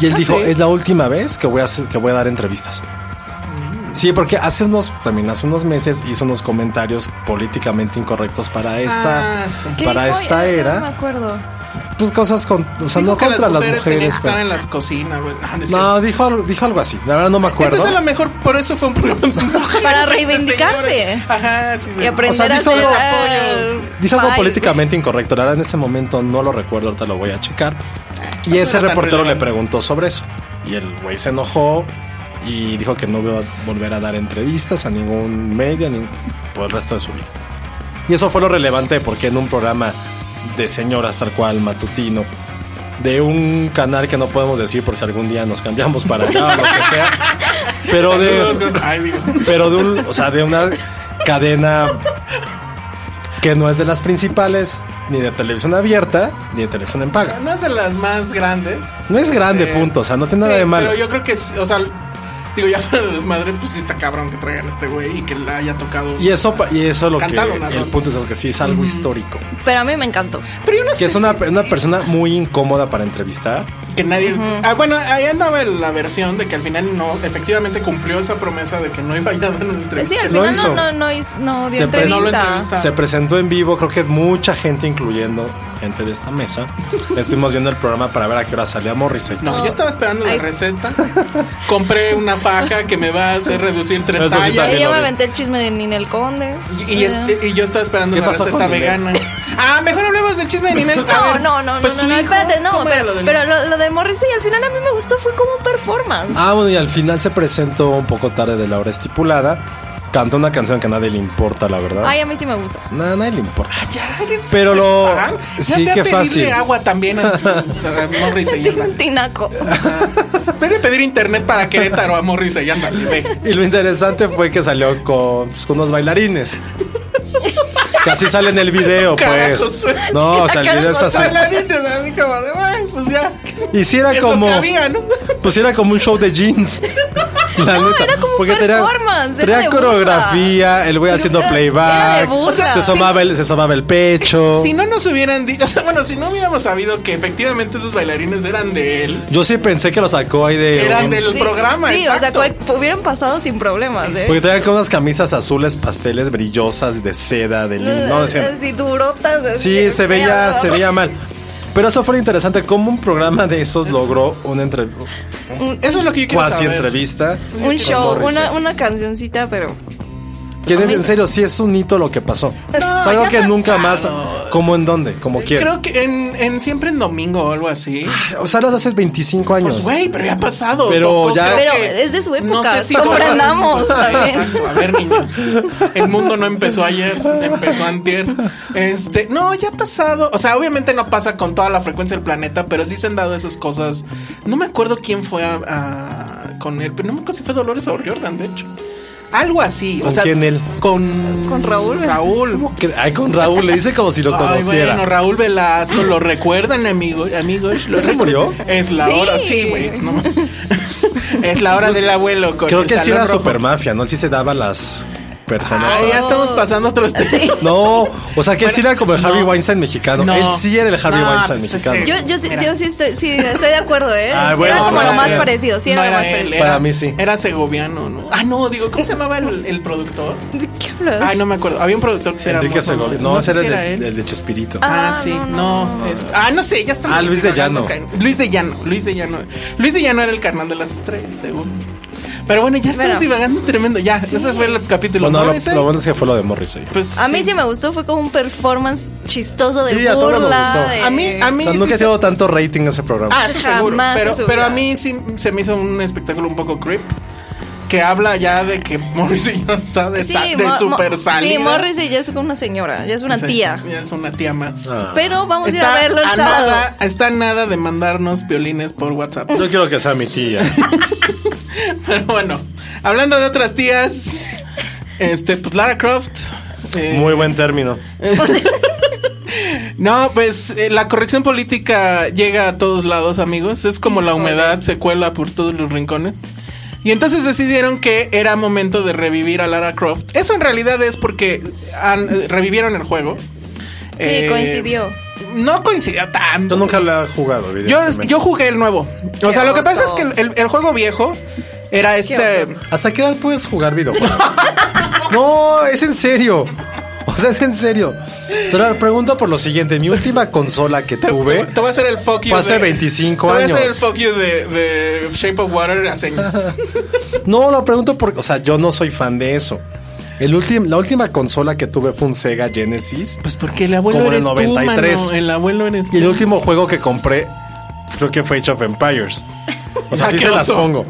[SPEAKER 6] y
[SPEAKER 4] Ah,
[SPEAKER 6] él dijo, es la última vez que voy a, hacer- que voy a dar entrevistas.
[SPEAKER 4] Mm.
[SPEAKER 6] Sí, porque hace unos, también hace unos meses hizo unos comentarios políticamente incorrectos para esta,
[SPEAKER 4] Ah, sí.
[SPEAKER 5] ¿Qué
[SPEAKER 6] para
[SPEAKER 5] dijo?
[SPEAKER 6] esta
[SPEAKER 5] Yo
[SPEAKER 6] era
[SPEAKER 5] No me acuerdo.
[SPEAKER 6] pues cosas con, o sea,
[SPEAKER 4] Dijo
[SPEAKER 6] no
[SPEAKER 4] que
[SPEAKER 6] contra las mujeres.
[SPEAKER 4] tenían que estar
[SPEAKER 6] pero-
[SPEAKER 4] en las cocinas. güey. Ah, no es cierto.
[SPEAKER 6] No, dijo, algo- dijo algo así. La verdad no me acuerdo.
[SPEAKER 4] Entonces a lo mejor por eso fue un programa
[SPEAKER 5] Para reivindicarse.
[SPEAKER 4] Ajá, sí.
[SPEAKER 5] Y
[SPEAKER 4] de-
[SPEAKER 5] aprender
[SPEAKER 6] sea,
[SPEAKER 5] a
[SPEAKER 6] dijo
[SPEAKER 5] hacer
[SPEAKER 6] algo-
[SPEAKER 5] esa-
[SPEAKER 6] Dijo algo
[SPEAKER 5] Ay,
[SPEAKER 6] políticamente incorrecto. La verdad en ese momento no lo recuerdo, ahorita lo voy a checar. Y
[SPEAKER 4] no
[SPEAKER 6] ese
[SPEAKER 4] era tan
[SPEAKER 6] reportero le
[SPEAKER 4] relevante.
[SPEAKER 6] preguntó sobre eso. Y el güey se enojó y dijo que no iba a volver a dar entrevistas a ningún medio ni por el resto de su vida. Y eso fue lo relevante de por qué en un programa de señoras tal cual, matutino, de un canal que no podemos decir por si algún día nos cambiamos para allá o lo que sea, pero
[SPEAKER 4] Saludos,
[SPEAKER 6] de,
[SPEAKER 4] Gonz- Ay, digo.
[SPEAKER 6] pero de un, o sea, de una cadena que no es de las principales, ni de televisión abierta, ni de televisión en paga.
[SPEAKER 4] No es de las más grandes.
[SPEAKER 6] No es grande,
[SPEAKER 4] Este,
[SPEAKER 6] punto, o sea, no tiene nada
[SPEAKER 4] sí,
[SPEAKER 6] de malo.
[SPEAKER 4] Pero yo creo que, sí, o sea, digo, ya para el desmadre, pues sí está cabrón que traigan a este güey y que le haya tocado.
[SPEAKER 6] Y eso, pa- y eso lo que
[SPEAKER 4] Cantado, nada.
[SPEAKER 6] el punto es lo que sí es algo histórico.
[SPEAKER 5] Pero a mí me encantó.
[SPEAKER 4] Pero yo no
[SPEAKER 6] Que
[SPEAKER 4] sé
[SPEAKER 6] es una,
[SPEAKER 4] si-
[SPEAKER 6] una persona muy incómoda para entrevistar.
[SPEAKER 4] que nadie. Ah, bueno, ahí andaba la versión de que al final no, efectivamente cumplió esa promesa de que no iba a dar una entrevista.
[SPEAKER 5] Sí, al
[SPEAKER 6] Lo
[SPEAKER 5] final
[SPEAKER 6] hizo.
[SPEAKER 5] no, no, no, hizo- no dio
[SPEAKER 6] Se pre-
[SPEAKER 5] entrevista.
[SPEAKER 6] no lo
[SPEAKER 4] entrevista. Está.
[SPEAKER 6] Se presentó en vivo, creo que mucha gente, incluyendo gente de esta mesa. Estuvimos viendo el programa para ver a qué hora salía Morrissey.
[SPEAKER 4] No,
[SPEAKER 5] No.
[SPEAKER 4] yo estaba esperando la
[SPEAKER 5] Ay.
[SPEAKER 4] receta. Compré una faja que me va a hacer reducir tres
[SPEAKER 6] Eso sí está
[SPEAKER 4] tallas.
[SPEAKER 5] Y
[SPEAKER 6] bien.
[SPEAKER 5] yo me aventé el chisme de Ninel Conde.
[SPEAKER 4] Y, y es- eh, y yo estaba esperando
[SPEAKER 6] ¿Qué
[SPEAKER 4] la
[SPEAKER 6] pasó
[SPEAKER 4] receta
[SPEAKER 6] con Ninel?
[SPEAKER 4] vegana. Ah, mejor hablemos del chisme de Ninel. A
[SPEAKER 5] No,
[SPEAKER 4] ver,
[SPEAKER 5] no, no,
[SPEAKER 4] pues
[SPEAKER 5] no,
[SPEAKER 4] su
[SPEAKER 5] no, no,
[SPEAKER 4] hijo,
[SPEAKER 5] espérate, no,
[SPEAKER 4] ¿cómo era
[SPEAKER 5] pero,
[SPEAKER 4] lo de-
[SPEAKER 5] pero lo, lo de Morrissey al final a mí me gustó, fue como un performance.
[SPEAKER 6] Ah, bueno, y al final se presentó un poco tarde de la hora estipulada. Cantó una canción que a nadie le importa, la verdad.
[SPEAKER 5] Ay, a mí sí me gusta.
[SPEAKER 6] Nada, a nadie le importa.
[SPEAKER 4] Ya eres
[SPEAKER 6] Pero lo-
[SPEAKER 4] fan.
[SPEAKER 6] sí,
[SPEAKER 4] ya ve a
[SPEAKER 6] qué
[SPEAKER 4] pedirle
[SPEAKER 6] fácil.
[SPEAKER 4] agua también a, a Morrissey. y anda.
[SPEAKER 5] Tin- Tinaco.
[SPEAKER 4] Ven a pedir internet para Querétaro a Morrissey. y ándale, ve.
[SPEAKER 6] Y lo interesante fue que salió con, pues, con unos bailarines. Casi sale en el video,
[SPEAKER 4] Carajo,
[SPEAKER 6] pues.
[SPEAKER 4] sí,
[SPEAKER 6] No, o sea, el
[SPEAKER 5] carajo,
[SPEAKER 6] video es
[SPEAKER 4] Los
[SPEAKER 6] así.
[SPEAKER 4] bailarines, así como de, "Ay, pues ya.
[SPEAKER 6] Y si era
[SPEAKER 4] Es lo
[SPEAKER 6] como.
[SPEAKER 4] que había, ¿no?
[SPEAKER 6] Pues era como un show de jeans. La
[SPEAKER 5] No,
[SPEAKER 6] neta.
[SPEAKER 5] era como un performance, era
[SPEAKER 6] tenía
[SPEAKER 5] de
[SPEAKER 6] coreografía,
[SPEAKER 5] burla.
[SPEAKER 6] el güey haciendo
[SPEAKER 5] Era- era de
[SPEAKER 6] playback.
[SPEAKER 5] burla.
[SPEAKER 6] se, sobaba el, se sobaba el pecho.
[SPEAKER 4] Si no nos hubieran dicho, o sea, bueno, si no hubiéramos sabido que efectivamente esos bailarines eran de él,
[SPEAKER 6] Yo sí pensé que lo sacó ahí de.
[SPEAKER 4] eran
[SPEAKER 6] un-
[SPEAKER 4] del
[SPEAKER 5] Sí,
[SPEAKER 4] programa,
[SPEAKER 5] Sí, o sea,
[SPEAKER 4] exacto.
[SPEAKER 5] cual- hubieran pasado sin problemas, ¿eh?
[SPEAKER 6] Porque traían con unas camisas azules, pasteles brillosas, de seda, de lino. No, decían-
[SPEAKER 5] Así durotas.
[SPEAKER 6] Sí,
[SPEAKER 5] así,
[SPEAKER 6] se veía,
[SPEAKER 5] feas.
[SPEAKER 6] se veía mal. Pero eso fue lo interesante, cómo un programa de esos logró una entre-
[SPEAKER 4] Eso es lo que yo quiero
[SPEAKER 6] cuasi
[SPEAKER 4] saber.
[SPEAKER 6] entrevista.
[SPEAKER 5] Un show,
[SPEAKER 6] Morrissey.
[SPEAKER 5] una, una cancioncita, pero.
[SPEAKER 6] Que en, en serio, sí es un hito lo que pasó. es algo
[SPEAKER 4] ya
[SPEAKER 6] que nunca más,
[SPEAKER 4] pasado.
[SPEAKER 6] como en dónde, como quiera.
[SPEAKER 4] Creo que en, en siempre en domingo o algo así.
[SPEAKER 6] O sea, las hace 25 años.
[SPEAKER 4] Pues güey, pero ya ha pasado.
[SPEAKER 6] Ah, Pero
[SPEAKER 4] Tocó,
[SPEAKER 6] ya-
[SPEAKER 4] creo
[SPEAKER 5] Pero
[SPEAKER 4] que-
[SPEAKER 5] es de su época,
[SPEAKER 4] No sé si
[SPEAKER 5] comprendamos
[SPEAKER 4] Sí,
[SPEAKER 5] también.
[SPEAKER 4] exacto. A ver, niños. El mundo no empezó ayer, empezó antier. Este, no, ya ha pasado. O sea, obviamente no pasa con toda la frecuencia del planeta, pero sí se han dado esas cosas. No me acuerdo quién fue a, a- con él, pero no me acuerdo si fue Dolores O'Riordan, de hecho. Algo así. o
[SPEAKER 6] ¿Con
[SPEAKER 4] sea,
[SPEAKER 6] quién él?
[SPEAKER 4] Con,
[SPEAKER 5] Con Raúl.
[SPEAKER 4] Raúl.
[SPEAKER 6] Que- Ay, con Raúl le dice como si lo
[SPEAKER 4] Ay,
[SPEAKER 6] conociera.
[SPEAKER 4] bueno, Raúl Velasco, lo recuerdan, amigos. amigos ¿Lo
[SPEAKER 6] ¿Se murió?
[SPEAKER 4] Es la hora, sí, güey. no mames. es la hora del abuelo. con
[SPEAKER 6] Creo
[SPEAKER 4] el
[SPEAKER 6] que él sí
[SPEAKER 4] salón
[SPEAKER 6] era
[SPEAKER 4] rojo.
[SPEAKER 6] super mafia, ¿no? Él sí se daba las personas.
[SPEAKER 4] Ay, ya estamos pasando a otros temas.
[SPEAKER 6] No, o sea, que él sí era como el Harvey
[SPEAKER 4] no.
[SPEAKER 6] Weinstein mexicano.
[SPEAKER 4] No.
[SPEAKER 6] Él sí era el Harvey
[SPEAKER 4] No,
[SPEAKER 6] Weinstein
[SPEAKER 4] pues,
[SPEAKER 6] mexicano.
[SPEAKER 4] ese-
[SPEAKER 5] Yo, yo, sí-
[SPEAKER 4] Era.
[SPEAKER 5] yo sí estoy, sí, estoy de acuerdo, ¿eh?
[SPEAKER 6] Ah,
[SPEAKER 5] Sí,
[SPEAKER 6] bueno,
[SPEAKER 5] era como
[SPEAKER 6] bueno,
[SPEAKER 5] lo más
[SPEAKER 6] bueno.
[SPEAKER 5] parecido, sí
[SPEAKER 4] No
[SPEAKER 5] era lo
[SPEAKER 4] era
[SPEAKER 5] más
[SPEAKER 4] él,
[SPEAKER 5] parecido.
[SPEAKER 4] era-
[SPEAKER 6] Para mí sí.
[SPEAKER 4] Era segoviano, ¿no? Ah, no, digo, ¿cómo se llamaba el, el productor?
[SPEAKER 5] ¿De qué hablas?
[SPEAKER 4] eh. Ay, no me acuerdo. Había un productor que se era
[SPEAKER 6] Enrique
[SPEAKER 4] mozo, ¿no?
[SPEAKER 6] Segovia.
[SPEAKER 4] No,
[SPEAKER 6] No, ese
[SPEAKER 4] sé si
[SPEAKER 6] era
[SPEAKER 4] era
[SPEAKER 6] el,
[SPEAKER 4] él.
[SPEAKER 6] el de Chespirito.
[SPEAKER 4] Ah,
[SPEAKER 5] Ah,
[SPEAKER 4] sí,
[SPEAKER 5] no,
[SPEAKER 4] no. es- ah, no sé, ya está.
[SPEAKER 6] Ah, Luis de Llano.
[SPEAKER 4] Luis de Llano, Luis de Llano. Luis de Llano era el carnal de las estrellas, según. Pero bueno, ya estamos
[SPEAKER 5] Bueno.
[SPEAKER 4] divagando tremendo. Ya, ese fue el capítulo.
[SPEAKER 6] Bueno, lo,
[SPEAKER 4] ¿no? Ese,
[SPEAKER 6] lo bueno es que fue lo de Morrissey.
[SPEAKER 4] pues,
[SPEAKER 5] A mí sí me gustó, fue como un performance chistoso de
[SPEAKER 6] Sí, a todos nos gustó.
[SPEAKER 5] burla. de-
[SPEAKER 4] A mí, a
[SPEAKER 6] O
[SPEAKER 4] mí
[SPEAKER 6] sea, nunca
[SPEAKER 4] sí
[SPEAKER 6] ha
[SPEAKER 4] se-
[SPEAKER 6] sido tanto rating ese programa.
[SPEAKER 4] Ah, eso
[SPEAKER 5] Jamás
[SPEAKER 4] seguro.
[SPEAKER 5] en
[SPEAKER 4] Pero,
[SPEAKER 5] su
[SPEAKER 4] pero a
[SPEAKER 5] vida.
[SPEAKER 4] mí sí se me hizo un espectáculo un poco creep. Que habla ya de que Morrissey ya está de, sa- de
[SPEAKER 5] Mo- Mo-
[SPEAKER 4] super salida.
[SPEAKER 5] Sí, Morrissey ya es como una señora, ya es una
[SPEAKER 4] Sí, Ah.
[SPEAKER 5] tía.
[SPEAKER 4] ya es una tía más.
[SPEAKER 5] Pero vamos a ir a verlo el
[SPEAKER 4] a
[SPEAKER 5] sábado.
[SPEAKER 4] nada, está a nada de mandarnos violines por WhatsApp.
[SPEAKER 6] Yo quiero que sea mi tía.
[SPEAKER 4] Pero bueno, hablando de otras tías, este, pues Lara Croft. eh,
[SPEAKER 6] Muy buen término.
[SPEAKER 4] No, pues eh, la corrección política llega a todos lados, amigos. Es como la humedad se cuela por todos los rincones. Y entonces decidieron que era momento de revivir a Lara Croft. Eso en realidad es porque han- eh, revivieron el juego.
[SPEAKER 5] Sí,
[SPEAKER 4] eh,
[SPEAKER 5] coincidió.
[SPEAKER 4] No coincidió
[SPEAKER 6] Yo
[SPEAKER 4] tanto.
[SPEAKER 6] nunca lo he jugado.
[SPEAKER 4] Yo,
[SPEAKER 6] evidentemente.
[SPEAKER 4] yo jugué el nuevo. O
[SPEAKER 5] Qué
[SPEAKER 4] sea, lo que pasa es
[SPEAKER 5] oso.
[SPEAKER 4] que el, el juego viejo era este.
[SPEAKER 5] oso.
[SPEAKER 6] ¿Hasta qué edad puedes jugar videojuegos? no, es en serio. O sea, es en serio. Solo pregunto por lo siguiente. Mi última consola que tuve...
[SPEAKER 4] Te voy a hacer el fuck you.
[SPEAKER 6] Fue hace
[SPEAKER 4] de-
[SPEAKER 6] 25
[SPEAKER 4] Te voy a hacer
[SPEAKER 6] años.
[SPEAKER 4] el fuck you de, de Shape of Water a señas.
[SPEAKER 6] No, lo pregunto porque... O sea, yo no soy fan de eso. El último, la última consola que tuve fue un Sega Genesis.
[SPEAKER 4] Pues porque el abuelo
[SPEAKER 6] Como en
[SPEAKER 4] eres
[SPEAKER 6] el 93.
[SPEAKER 4] tú, mano. El abuelo eres tú.
[SPEAKER 6] Y el último juego que compré creo que fue Age of Empires. O sea,
[SPEAKER 4] Ah,
[SPEAKER 6] así
[SPEAKER 4] qué
[SPEAKER 6] se las
[SPEAKER 4] oso.
[SPEAKER 6] pongo.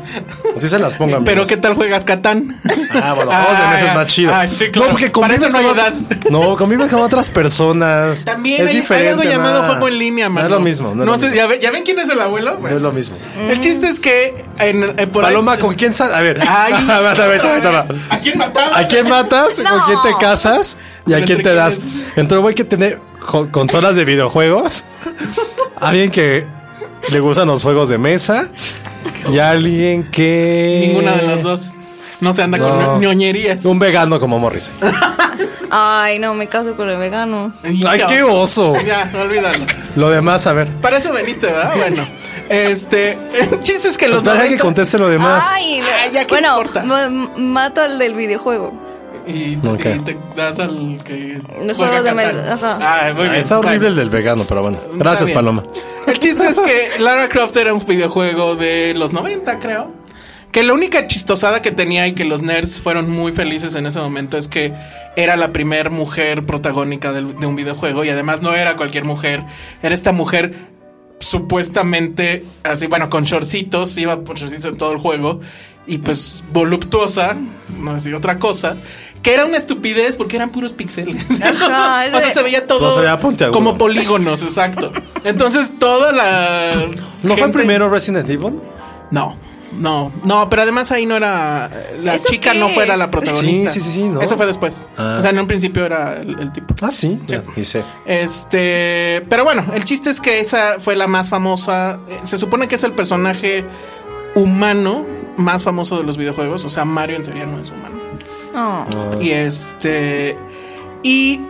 [SPEAKER 6] Así se las pongo,
[SPEAKER 4] Pero
[SPEAKER 6] amigos.
[SPEAKER 4] ¿qué tal juegas Catán?
[SPEAKER 6] Ah, bueno, juegos de mesa es más chido.
[SPEAKER 4] Ah, sí, claro.
[SPEAKER 6] No, porque
[SPEAKER 4] Para
[SPEAKER 6] convives
[SPEAKER 4] eso no hay
[SPEAKER 6] con,
[SPEAKER 4] edad.
[SPEAKER 6] no, convives con otras personas.
[SPEAKER 4] También
[SPEAKER 6] es
[SPEAKER 4] hay, hay
[SPEAKER 6] diferente,
[SPEAKER 4] algo llamado
[SPEAKER 6] nada.
[SPEAKER 4] juego en línea,
[SPEAKER 6] No
[SPEAKER 4] mano.
[SPEAKER 6] es lo mismo. No, es lo
[SPEAKER 4] sé,
[SPEAKER 6] mismo.
[SPEAKER 4] ¿ya, ve- ya ven quién es el abuelo?
[SPEAKER 6] No es lo mismo.
[SPEAKER 4] El chiste es que en, eh, por ahí-
[SPEAKER 6] Paloma, ¿con quién sal? A ver.
[SPEAKER 4] Ay.
[SPEAKER 6] a ver, a ver, a ver, a ver.
[SPEAKER 4] ¿A quién matabas?
[SPEAKER 6] ¿A quién matas? ¿Con
[SPEAKER 5] No.
[SPEAKER 6] quién te casas? ¿Y a
[SPEAKER 4] ¿Entre
[SPEAKER 6] quién te das?
[SPEAKER 4] quiénes?
[SPEAKER 6] Entró un güey que tiene jo- consolas de videojuegos. Alguien que le gustan los juegos de mesa. Y alguien que.
[SPEAKER 4] Ninguna de las dos. No se anda con
[SPEAKER 6] No.
[SPEAKER 4] ño- ñoñerías.
[SPEAKER 6] Un vegano como Morrissey.
[SPEAKER 5] Ay, no, me caso con el vegano.
[SPEAKER 6] Ay, qué oso.
[SPEAKER 4] Ya, olvídalo.
[SPEAKER 6] Lo demás, a ver.
[SPEAKER 4] Para eso veniste, ¿verdad? Bueno, este. El chiste es que los.
[SPEAKER 6] Espera que
[SPEAKER 4] 90
[SPEAKER 6] conteste lo demás.
[SPEAKER 5] Ay,
[SPEAKER 4] Ay, ya, ¿qué
[SPEAKER 5] bueno,
[SPEAKER 4] importa?
[SPEAKER 5] ma- mato al del videojuego.
[SPEAKER 4] Y,
[SPEAKER 6] Ok.
[SPEAKER 4] y te das al que.
[SPEAKER 5] Los
[SPEAKER 4] juega
[SPEAKER 5] juegos de
[SPEAKER 4] Catán.
[SPEAKER 5] mesa, ajá.
[SPEAKER 4] Ah, muy bien.
[SPEAKER 6] Está horrible
[SPEAKER 4] Bueno.
[SPEAKER 6] el del vegano, pero bueno.
[SPEAKER 4] Está
[SPEAKER 6] Gracias,
[SPEAKER 4] bien.
[SPEAKER 6] Paloma.
[SPEAKER 4] El chiste es que Lara Croft era un videojuego de los 90, creo. Que la única chistosada que tenía y que los nerds fueron muy felices en ese momento es que era la primer mujer protagónica del- de un videojuego y además no era cualquier mujer, era esta mujer supuestamente así, bueno, con shortcitos, iba por shortcitos en todo el juego y pues voluptuosa, no decir otra cosa, que era una estupidez porque eran puros píxeles.
[SPEAKER 5] Ajá,
[SPEAKER 4] o sea,
[SPEAKER 5] ese-
[SPEAKER 4] se veía todo
[SPEAKER 6] No Pues se veía puntiagudo.
[SPEAKER 4] como polígonos, exacto. Entonces toda la
[SPEAKER 6] ¿No fue
[SPEAKER 4] gente-
[SPEAKER 6] primero Resident Evil?
[SPEAKER 4] No. No, no, pero además ahí no era la
[SPEAKER 5] ¿Eso
[SPEAKER 4] chica
[SPEAKER 5] qué?
[SPEAKER 4] no fuera la protagonista.
[SPEAKER 6] Sí, sí, sí, sí, no.
[SPEAKER 4] Eso fue después.
[SPEAKER 6] Ah.
[SPEAKER 4] O sea, en un principio era el, el tipo.
[SPEAKER 6] Ah, sí.
[SPEAKER 4] Sí.
[SPEAKER 6] Ya, Dice.
[SPEAKER 4] Este, pero bueno, el chiste es que esa fue la más famosa. Eh, Se supone que es el personaje humano más famoso de los videojuegos, o sea, Mario en teoría no es humano.
[SPEAKER 5] No.
[SPEAKER 4] Y este. Y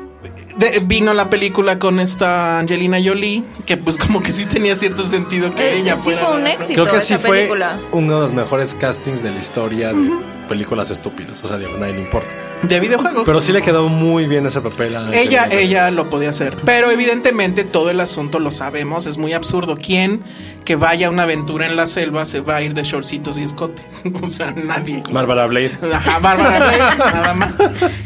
[SPEAKER 4] de- vino la película con esta Angelina Jolie, que pues como que sí tenía cierto sentido que
[SPEAKER 5] Eh,
[SPEAKER 4] ella
[SPEAKER 5] sí
[SPEAKER 4] fuera
[SPEAKER 5] fue un
[SPEAKER 4] la-
[SPEAKER 5] éxito.
[SPEAKER 6] Creo que sí
[SPEAKER 5] esa
[SPEAKER 6] fue
[SPEAKER 5] película.
[SPEAKER 6] uno de los mejores castings de la historia de películas estúpidas. O sea, digo, a nadie le importa.
[SPEAKER 4] De videojuegos.
[SPEAKER 6] Pero sí le quedó muy bien ese papel. a
[SPEAKER 4] Ella,
[SPEAKER 6] Angelina Jolie.
[SPEAKER 4] ella lo podía hacer. Pero evidentemente todo el asunto lo sabemos. Es muy absurdo. ¿Quién que vaya a una aventura en la selva se va a ir de shortcitos y escote? o sea, nadie.
[SPEAKER 6] Bárbara Blade.
[SPEAKER 4] Ajá, Bárbara Blake, nada más.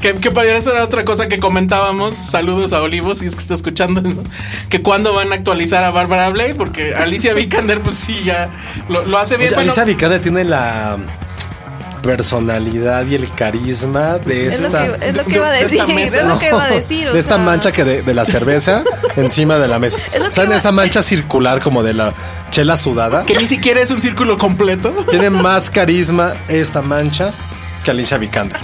[SPEAKER 4] Que, que para eso era otra cosa que comentábamos. Saludos a Olivos, si es que está escuchando eso. Que cuándo van a actualizar a Bárbara Blade, porque Alicia Vikander, pues sí, ya lo, lo hace bien.
[SPEAKER 6] Oye,
[SPEAKER 4] Bueno,
[SPEAKER 6] Alicia Vikander tiene la personalidad y el carisma de
[SPEAKER 5] Es lo
[SPEAKER 6] esta.
[SPEAKER 5] que- es lo que
[SPEAKER 6] de-
[SPEAKER 5] iba a
[SPEAKER 6] de esta
[SPEAKER 5] decir,
[SPEAKER 6] mesa.
[SPEAKER 5] es lo que iba a
[SPEAKER 6] No,
[SPEAKER 5] decir, o
[SPEAKER 6] de esta
[SPEAKER 5] sea.
[SPEAKER 6] mancha que de, de la cerveza encima de la mesa.
[SPEAKER 5] Es lo
[SPEAKER 6] O sea,
[SPEAKER 5] que iba-
[SPEAKER 6] esa mancha circular como de la chela sudada.
[SPEAKER 4] que ni siquiera es un círculo completo.
[SPEAKER 6] Tiene más carisma esta mancha que Alicia Vikander.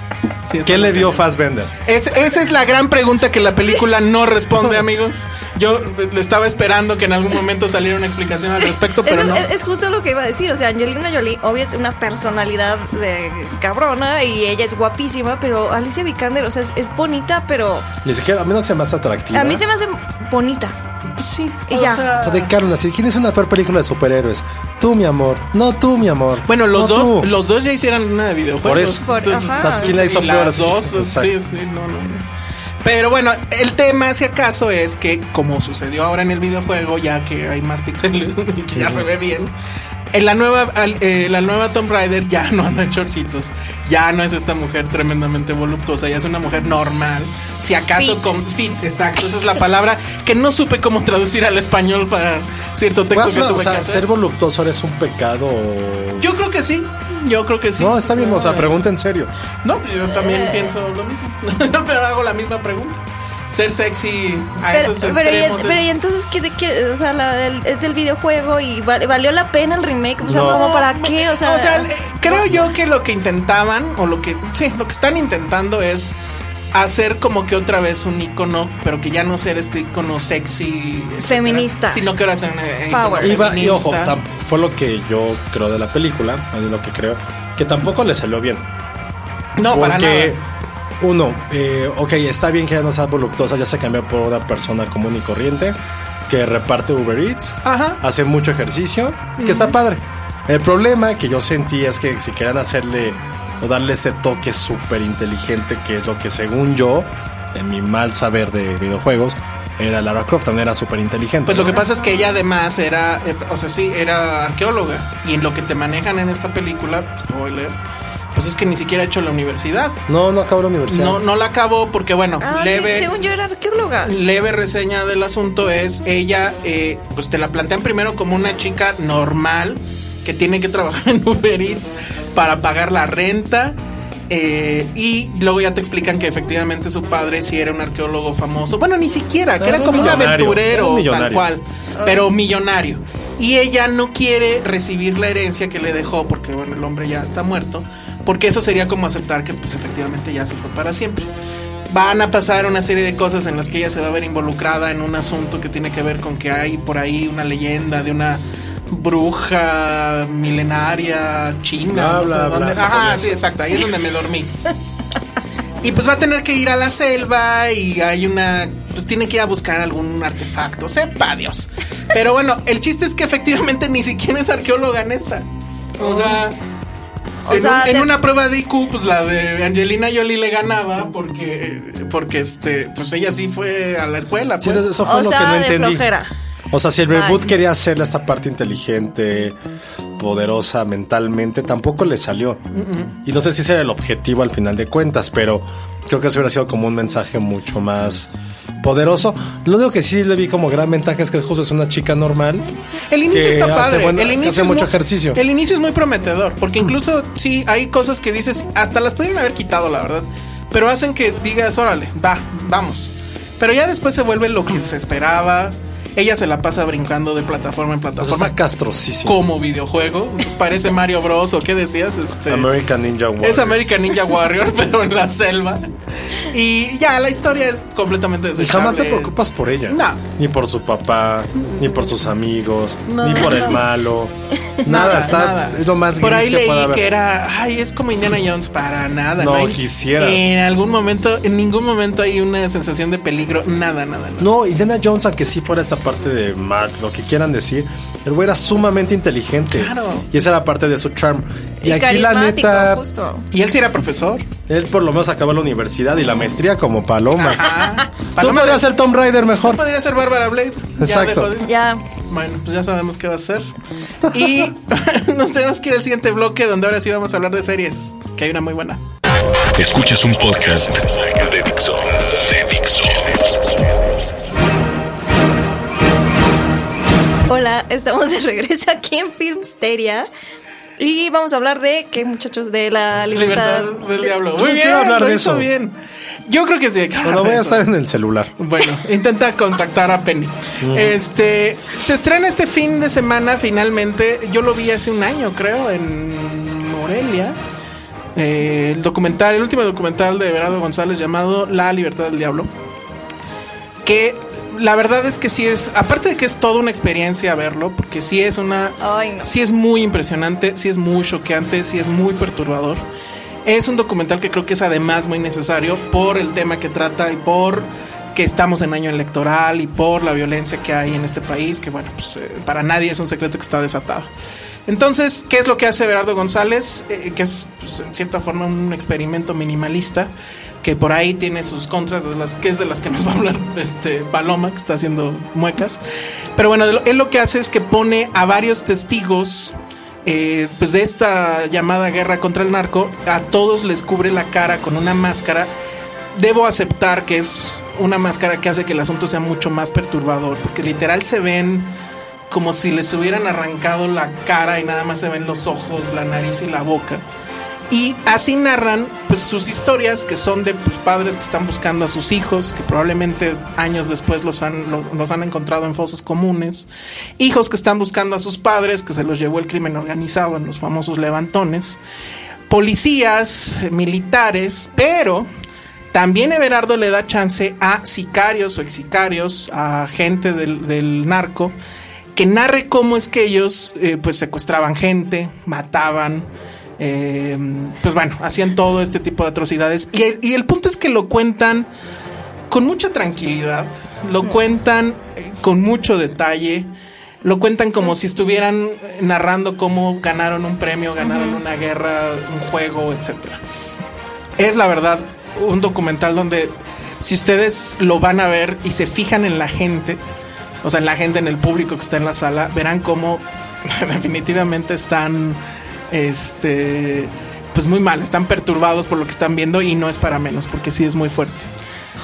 [SPEAKER 4] Sí, está
[SPEAKER 6] ¿Qué le
[SPEAKER 4] muy
[SPEAKER 6] dio
[SPEAKER 4] cañón.
[SPEAKER 6] Fassbender?
[SPEAKER 4] Es- esa es la gran pregunta que la película no responde, amigos. Yo eh, estaba esperando que en algún momento saliera una explicación al respecto, pero
[SPEAKER 5] es,
[SPEAKER 4] no.
[SPEAKER 5] es- es justo lo que iba a decir. O sea, Angelina Jolie, obvio, es una personalidad de cabrona y ella es guapísima, pero Alicia Vikander, o sea, es, es bonita, pero
[SPEAKER 6] Ni siquiera, a mí no se me hace atractiva.
[SPEAKER 5] a mí se me hace bonita.
[SPEAKER 4] Sí,
[SPEAKER 5] pues
[SPEAKER 4] o
[SPEAKER 5] Y ya.
[SPEAKER 4] sea-
[SPEAKER 6] O sea, de Carla, si ¿quién es una peor película de superhéroes? Tú, mi amor. No, tú, mi amor.
[SPEAKER 4] Bueno, los
[SPEAKER 6] No,
[SPEAKER 4] dos,
[SPEAKER 6] tú.
[SPEAKER 4] los dos ya hicieron una de videojuegos.
[SPEAKER 6] Por eso.
[SPEAKER 5] Por-
[SPEAKER 4] Entonces,
[SPEAKER 5] ajá.
[SPEAKER 6] ¿Quién la hizo
[SPEAKER 4] y
[SPEAKER 6] peor?
[SPEAKER 4] las dos, sí,
[SPEAKER 6] Exacto.
[SPEAKER 4] sí, no, no, no. Pero bueno, el tema, si acaso, es que como sucedió ahora en el videojuego, ya que hay más píxeles y que ya se ve bien, en la nueva, al- eh, la nueva Tomb Raider ya no anda en shortcitos, ya no es esta mujer tremendamente voluptuosa, ya es una mujer normal, si acaso
[SPEAKER 5] Fit.
[SPEAKER 4] con fit, exacto, esa es la palabra que no supe cómo traducir al español para cierto texto
[SPEAKER 6] Bueno,
[SPEAKER 4] que tuve
[SPEAKER 6] o sea,
[SPEAKER 4] que hacer.
[SPEAKER 6] ser voluptuoso ahora es un pecado. o-
[SPEAKER 4] Yo creo que sí, yo creo que sí.
[SPEAKER 6] No, está bien, o sea,
[SPEAKER 4] Ah.
[SPEAKER 6] pregunta en serio.
[SPEAKER 4] No, yo también pienso lo mismo. pero hago la misma pregunta. Ser sexy a
[SPEAKER 5] Pero,
[SPEAKER 4] esos
[SPEAKER 5] pero, y,
[SPEAKER 4] extremos.
[SPEAKER 5] pero,
[SPEAKER 4] es-
[SPEAKER 5] y entonces, ¿qué, de qué? O sea, la- el- es del videojuego y va- valió la pena el remake. O sea,
[SPEAKER 6] No.
[SPEAKER 5] ¿como para qué? O sea,
[SPEAKER 4] O sea, eh, creo yo que lo que intentaban, o lo que. Sí, lo que están intentando es hacer como que otra vez un icono, pero que ya no ser este icono sexy. etcétera,
[SPEAKER 5] Feminista.
[SPEAKER 4] Sino que ahora ser una. eh, icono
[SPEAKER 5] Power.
[SPEAKER 6] Iba, y ojo,
[SPEAKER 4] feminista.
[SPEAKER 6] tam- fue lo que yo creo de la película, es lo que creo, que tampoco le salió bien.
[SPEAKER 4] No, para
[SPEAKER 6] Porque,
[SPEAKER 4] nada.
[SPEAKER 6] uno, eh, ok, está bien que ya no sea voluptuosa, ya se cambió por una persona común y corriente que reparte Uber Eats,
[SPEAKER 4] Ajá.
[SPEAKER 6] hace mucho ejercicio, que está padre. El problema que yo sentí es que si querían hacerle o darle este toque súper inteligente, que es lo que según yo, en mi mal saber de videojuegos, era Lara Croft, también era súper inteligente.
[SPEAKER 4] Pues lo que pasa es que ella además era, eh, o sea, sí, era arqueóloga. Y en lo que te manejan en esta película, spoiler, pues es que ni siquiera ha hecho la universidad.
[SPEAKER 6] No, no acabó la universidad.
[SPEAKER 4] No, no la acabó porque, bueno,
[SPEAKER 5] ah, sí,
[SPEAKER 4] leve,
[SPEAKER 5] según yo era arqueóloga.
[SPEAKER 4] leve reseña del asunto es ella, eh, pues te la plantean primero como una chica normal que tiene que trabajar en Uber Eats para pagar la renta. eh, y luego ya te explican que efectivamente su padre sí era un arqueólogo famoso. Bueno, ni siquiera, que
[SPEAKER 6] Era
[SPEAKER 4] era
[SPEAKER 6] un
[SPEAKER 4] como un
[SPEAKER 6] millonario, era un
[SPEAKER 4] aventurero, tal
[SPEAKER 6] millonario.
[SPEAKER 4] cual, pero millonario. Y ella no quiere recibir la herencia que le dejó, porque bueno, el hombre ya está muerto, porque eso sería como aceptar que pues efectivamente ya se fue para siempre van a pasar una serie de cosas en las que ella se va a ver involucrada en un asunto que tiene que ver con que hay por ahí una leyenda de una bruja milenaria
[SPEAKER 6] Bla,
[SPEAKER 4] china.
[SPEAKER 6] bla,
[SPEAKER 4] dónde.
[SPEAKER 6] bla,
[SPEAKER 4] Ajá,
[SPEAKER 6] japonesa.
[SPEAKER 4] sí, exacto, ahí es donde me dormí. Y pues va a tener que ir a la selva y hay una... Pues tiene que ir a buscar algún artefacto, sepa Dios. Pero bueno, el chiste es que efectivamente ni siquiera es arqueóloga en esta. O sea...
[SPEAKER 5] O
[SPEAKER 4] en,
[SPEAKER 5] sea,
[SPEAKER 4] un- en
[SPEAKER 5] te-
[SPEAKER 4] una prueba de IQ, pues la de Angelina Jolie le ganaba porque, porque este, pues ella sí fue a la escuela.
[SPEAKER 6] Sí,
[SPEAKER 4] pues.
[SPEAKER 6] eso fue
[SPEAKER 5] O
[SPEAKER 6] lo
[SPEAKER 5] sea,
[SPEAKER 6] que no
[SPEAKER 5] de
[SPEAKER 6] entendí.
[SPEAKER 5] flojera.
[SPEAKER 6] O sea, si el
[SPEAKER 5] Ay.
[SPEAKER 6] reboot quería hacerle esta parte inteligente, poderosa mentalmente, tampoco le salió. Y no sé si ese era el objetivo al final de cuentas, pero creo que eso hubiera sido como un mensaje mucho más poderoso. Lo único que sí le vi como gran ventaja es que justo es una chica normal.
[SPEAKER 4] El inicio
[SPEAKER 6] que
[SPEAKER 4] está
[SPEAKER 6] hace
[SPEAKER 4] padre.
[SPEAKER 6] buen-
[SPEAKER 4] el
[SPEAKER 6] que
[SPEAKER 4] inicio
[SPEAKER 6] hace
[SPEAKER 4] es
[SPEAKER 6] mucho
[SPEAKER 4] muy-
[SPEAKER 6] ejercicio.
[SPEAKER 4] El inicio es muy prometedor, porque incluso sí hay cosas que dices, hasta las pudieron haber quitado, la verdad. Pero hacen que digas, órale, va, vamos. Pero ya después se vuelve lo que se esperaba. Ella se la pasa brincando de plataforma en
[SPEAKER 6] O sea,
[SPEAKER 4] plataforma
[SPEAKER 6] está castrosísimo.
[SPEAKER 4] como videojuego. Entonces parece Mario Bros. o qué decías, este.
[SPEAKER 6] American Ninja Warrior.
[SPEAKER 4] Es American Ninja Warrior, pero en la selva. Y ya, la historia es completamente
[SPEAKER 6] Y
[SPEAKER 4] desechable.
[SPEAKER 6] jamás te preocupas por ella.
[SPEAKER 4] No.
[SPEAKER 6] Ni por su papá, ni por sus amigos,
[SPEAKER 5] No,
[SPEAKER 6] ni por el
[SPEAKER 5] no.
[SPEAKER 6] malo. Nada, está.
[SPEAKER 4] nada.
[SPEAKER 6] Es lo más
[SPEAKER 4] Por
[SPEAKER 6] gris
[SPEAKER 4] ahí
[SPEAKER 6] que pueda
[SPEAKER 4] leí
[SPEAKER 6] haber.
[SPEAKER 4] que era. Ay, es como Indiana Jones, para nada.
[SPEAKER 6] No,
[SPEAKER 4] hay-
[SPEAKER 6] quisiera.
[SPEAKER 4] En algún momento, en ningún momento hay una sensación de peligro. Nada, nada, nada.
[SPEAKER 6] No, Indiana Jones, aunque sí fuera esta parte de Mac, lo que quieran decir, el güey era sumamente inteligente.
[SPEAKER 4] Claro.
[SPEAKER 6] Y esa era parte de su charm. Y,
[SPEAKER 5] Y,
[SPEAKER 6] aquí la
[SPEAKER 5] carismático,
[SPEAKER 6] neta,
[SPEAKER 5] justo.
[SPEAKER 4] Y él sí era profesor.
[SPEAKER 6] él por lo menos acabó la universidad y la maestría como paloma. Tú
[SPEAKER 4] Paloma
[SPEAKER 6] podrías
[SPEAKER 4] de- Ah,
[SPEAKER 6] ser Tom Raider mejor.
[SPEAKER 4] Podría ser Bárbara Blade. Ya
[SPEAKER 6] Exacto.
[SPEAKER 4] dejó de-
[SPEAKER 5] Ya.
[SPEAKER 4] Bueno, pues ya sabemos qué va a ser. Y nos tenemos que ir al siguiente bloque donde ahora sí vamos a hablar de series, que hay una muy buena.
[SPEAKER 2] Escuchas un podcast de Dixo. De Dixo.
[SPEAKER 5] Hola, estamos de regreso aquí en Filmsteria. Y vamos a hablar de qué muchachos de la libertad.
[SPEAKER 4] Libertad del diablo.
[SPEAKER 6] Yo
[SPEAKER 4] Muy bien,
[SPEAKER 6] quiero hablar
[SPEAKER 4] lo
[SPEAKER 6] de
[SPEAKER 4] hizo
[SPEAKER 6] eso.
[SPEAKER 4] bien. Yo creo que sí. hay que hablar
[SPEAKER 6] Pero
[SPEAKER 4] de
[SPEAKER 6] voy a
[SPEAKER 4] eso.
[SPEAKER 6] estar en el celular.
[SPEAKER 4] Bueno, intenta contactar a Penny. Este se estrena este fin de semana finalmente. Yo lo vi hace un año, creo, en Morelia. Eh, el documental, el último documental de Everardo González llamado La Libertad del Diablo. Que la verdad es que sí es, aparte de que es toda una experiencia verlo, porque sí es una,
[SPEAKER 7] Ay, no.
[SPEAKER 4] sí es muy impresionante, sí es muy choqueante, sí es muy perturbador. Es un documental que creo que es además muy necesario por el tema que trata y por que estamos en año electoral y por la violencia que hay en este país, que bueno, pues, eh, para nadie es un secreto que está desatado. Entonces, ¿qué es lo que hace Berardo González? Eh, que es, pues, en cierta forma, un experimento minimalista, que por ahí tiene sus contras, de las, que es de las que nos va a hablar este, Paloma, que está haciendo muecas. Pero bueno, de lo- él lo que hace es que pone a varios testigos eh, pues de esta llamada guerra contra el narco, a todos les cubre la cara con una máscara. Debo aceptar que es una máscara que hace que el asunto sea mucho más perturbador, porque literal se ven como si les hubieran arrancado la cara y nada más se ven los ojos, la nariz y la boca. Y así narran pues, sus historias, que son de pues, padres que están buscando a sus hijos, que probablemente años después los han, lo- los han encontrado en fosas comunes, hijos que están buscando a sus padres, que se los llevó el crimen organizado en los famosos levantones, policías, eh, militares, pero también Everardo le da chance a sicarios o exsicarios, a gente del, del narco, que narre cómo es que ellos eh, pues secuestraban gente, mataban, eh, pues bueno, hacían todo este tipo de atrocidades. Y el, y el punto es que lo cuentan con mucha tranquilidad, lo cuentan eh, con mucho detalle, lo cuentan como si estuvieran eh, narrando cómo ganaron un premio, ganaron una guerra, un juego, etcétera es la verdad un documental donde si ustedes lo van a ver y se fijan en la gente, o sea, en la gente, en el público que está en la sala, verán cómo definitivamente están, este, pues muy mal, están perturbados por lo que están viendo y no es para menos, porque sí es muy fuerte.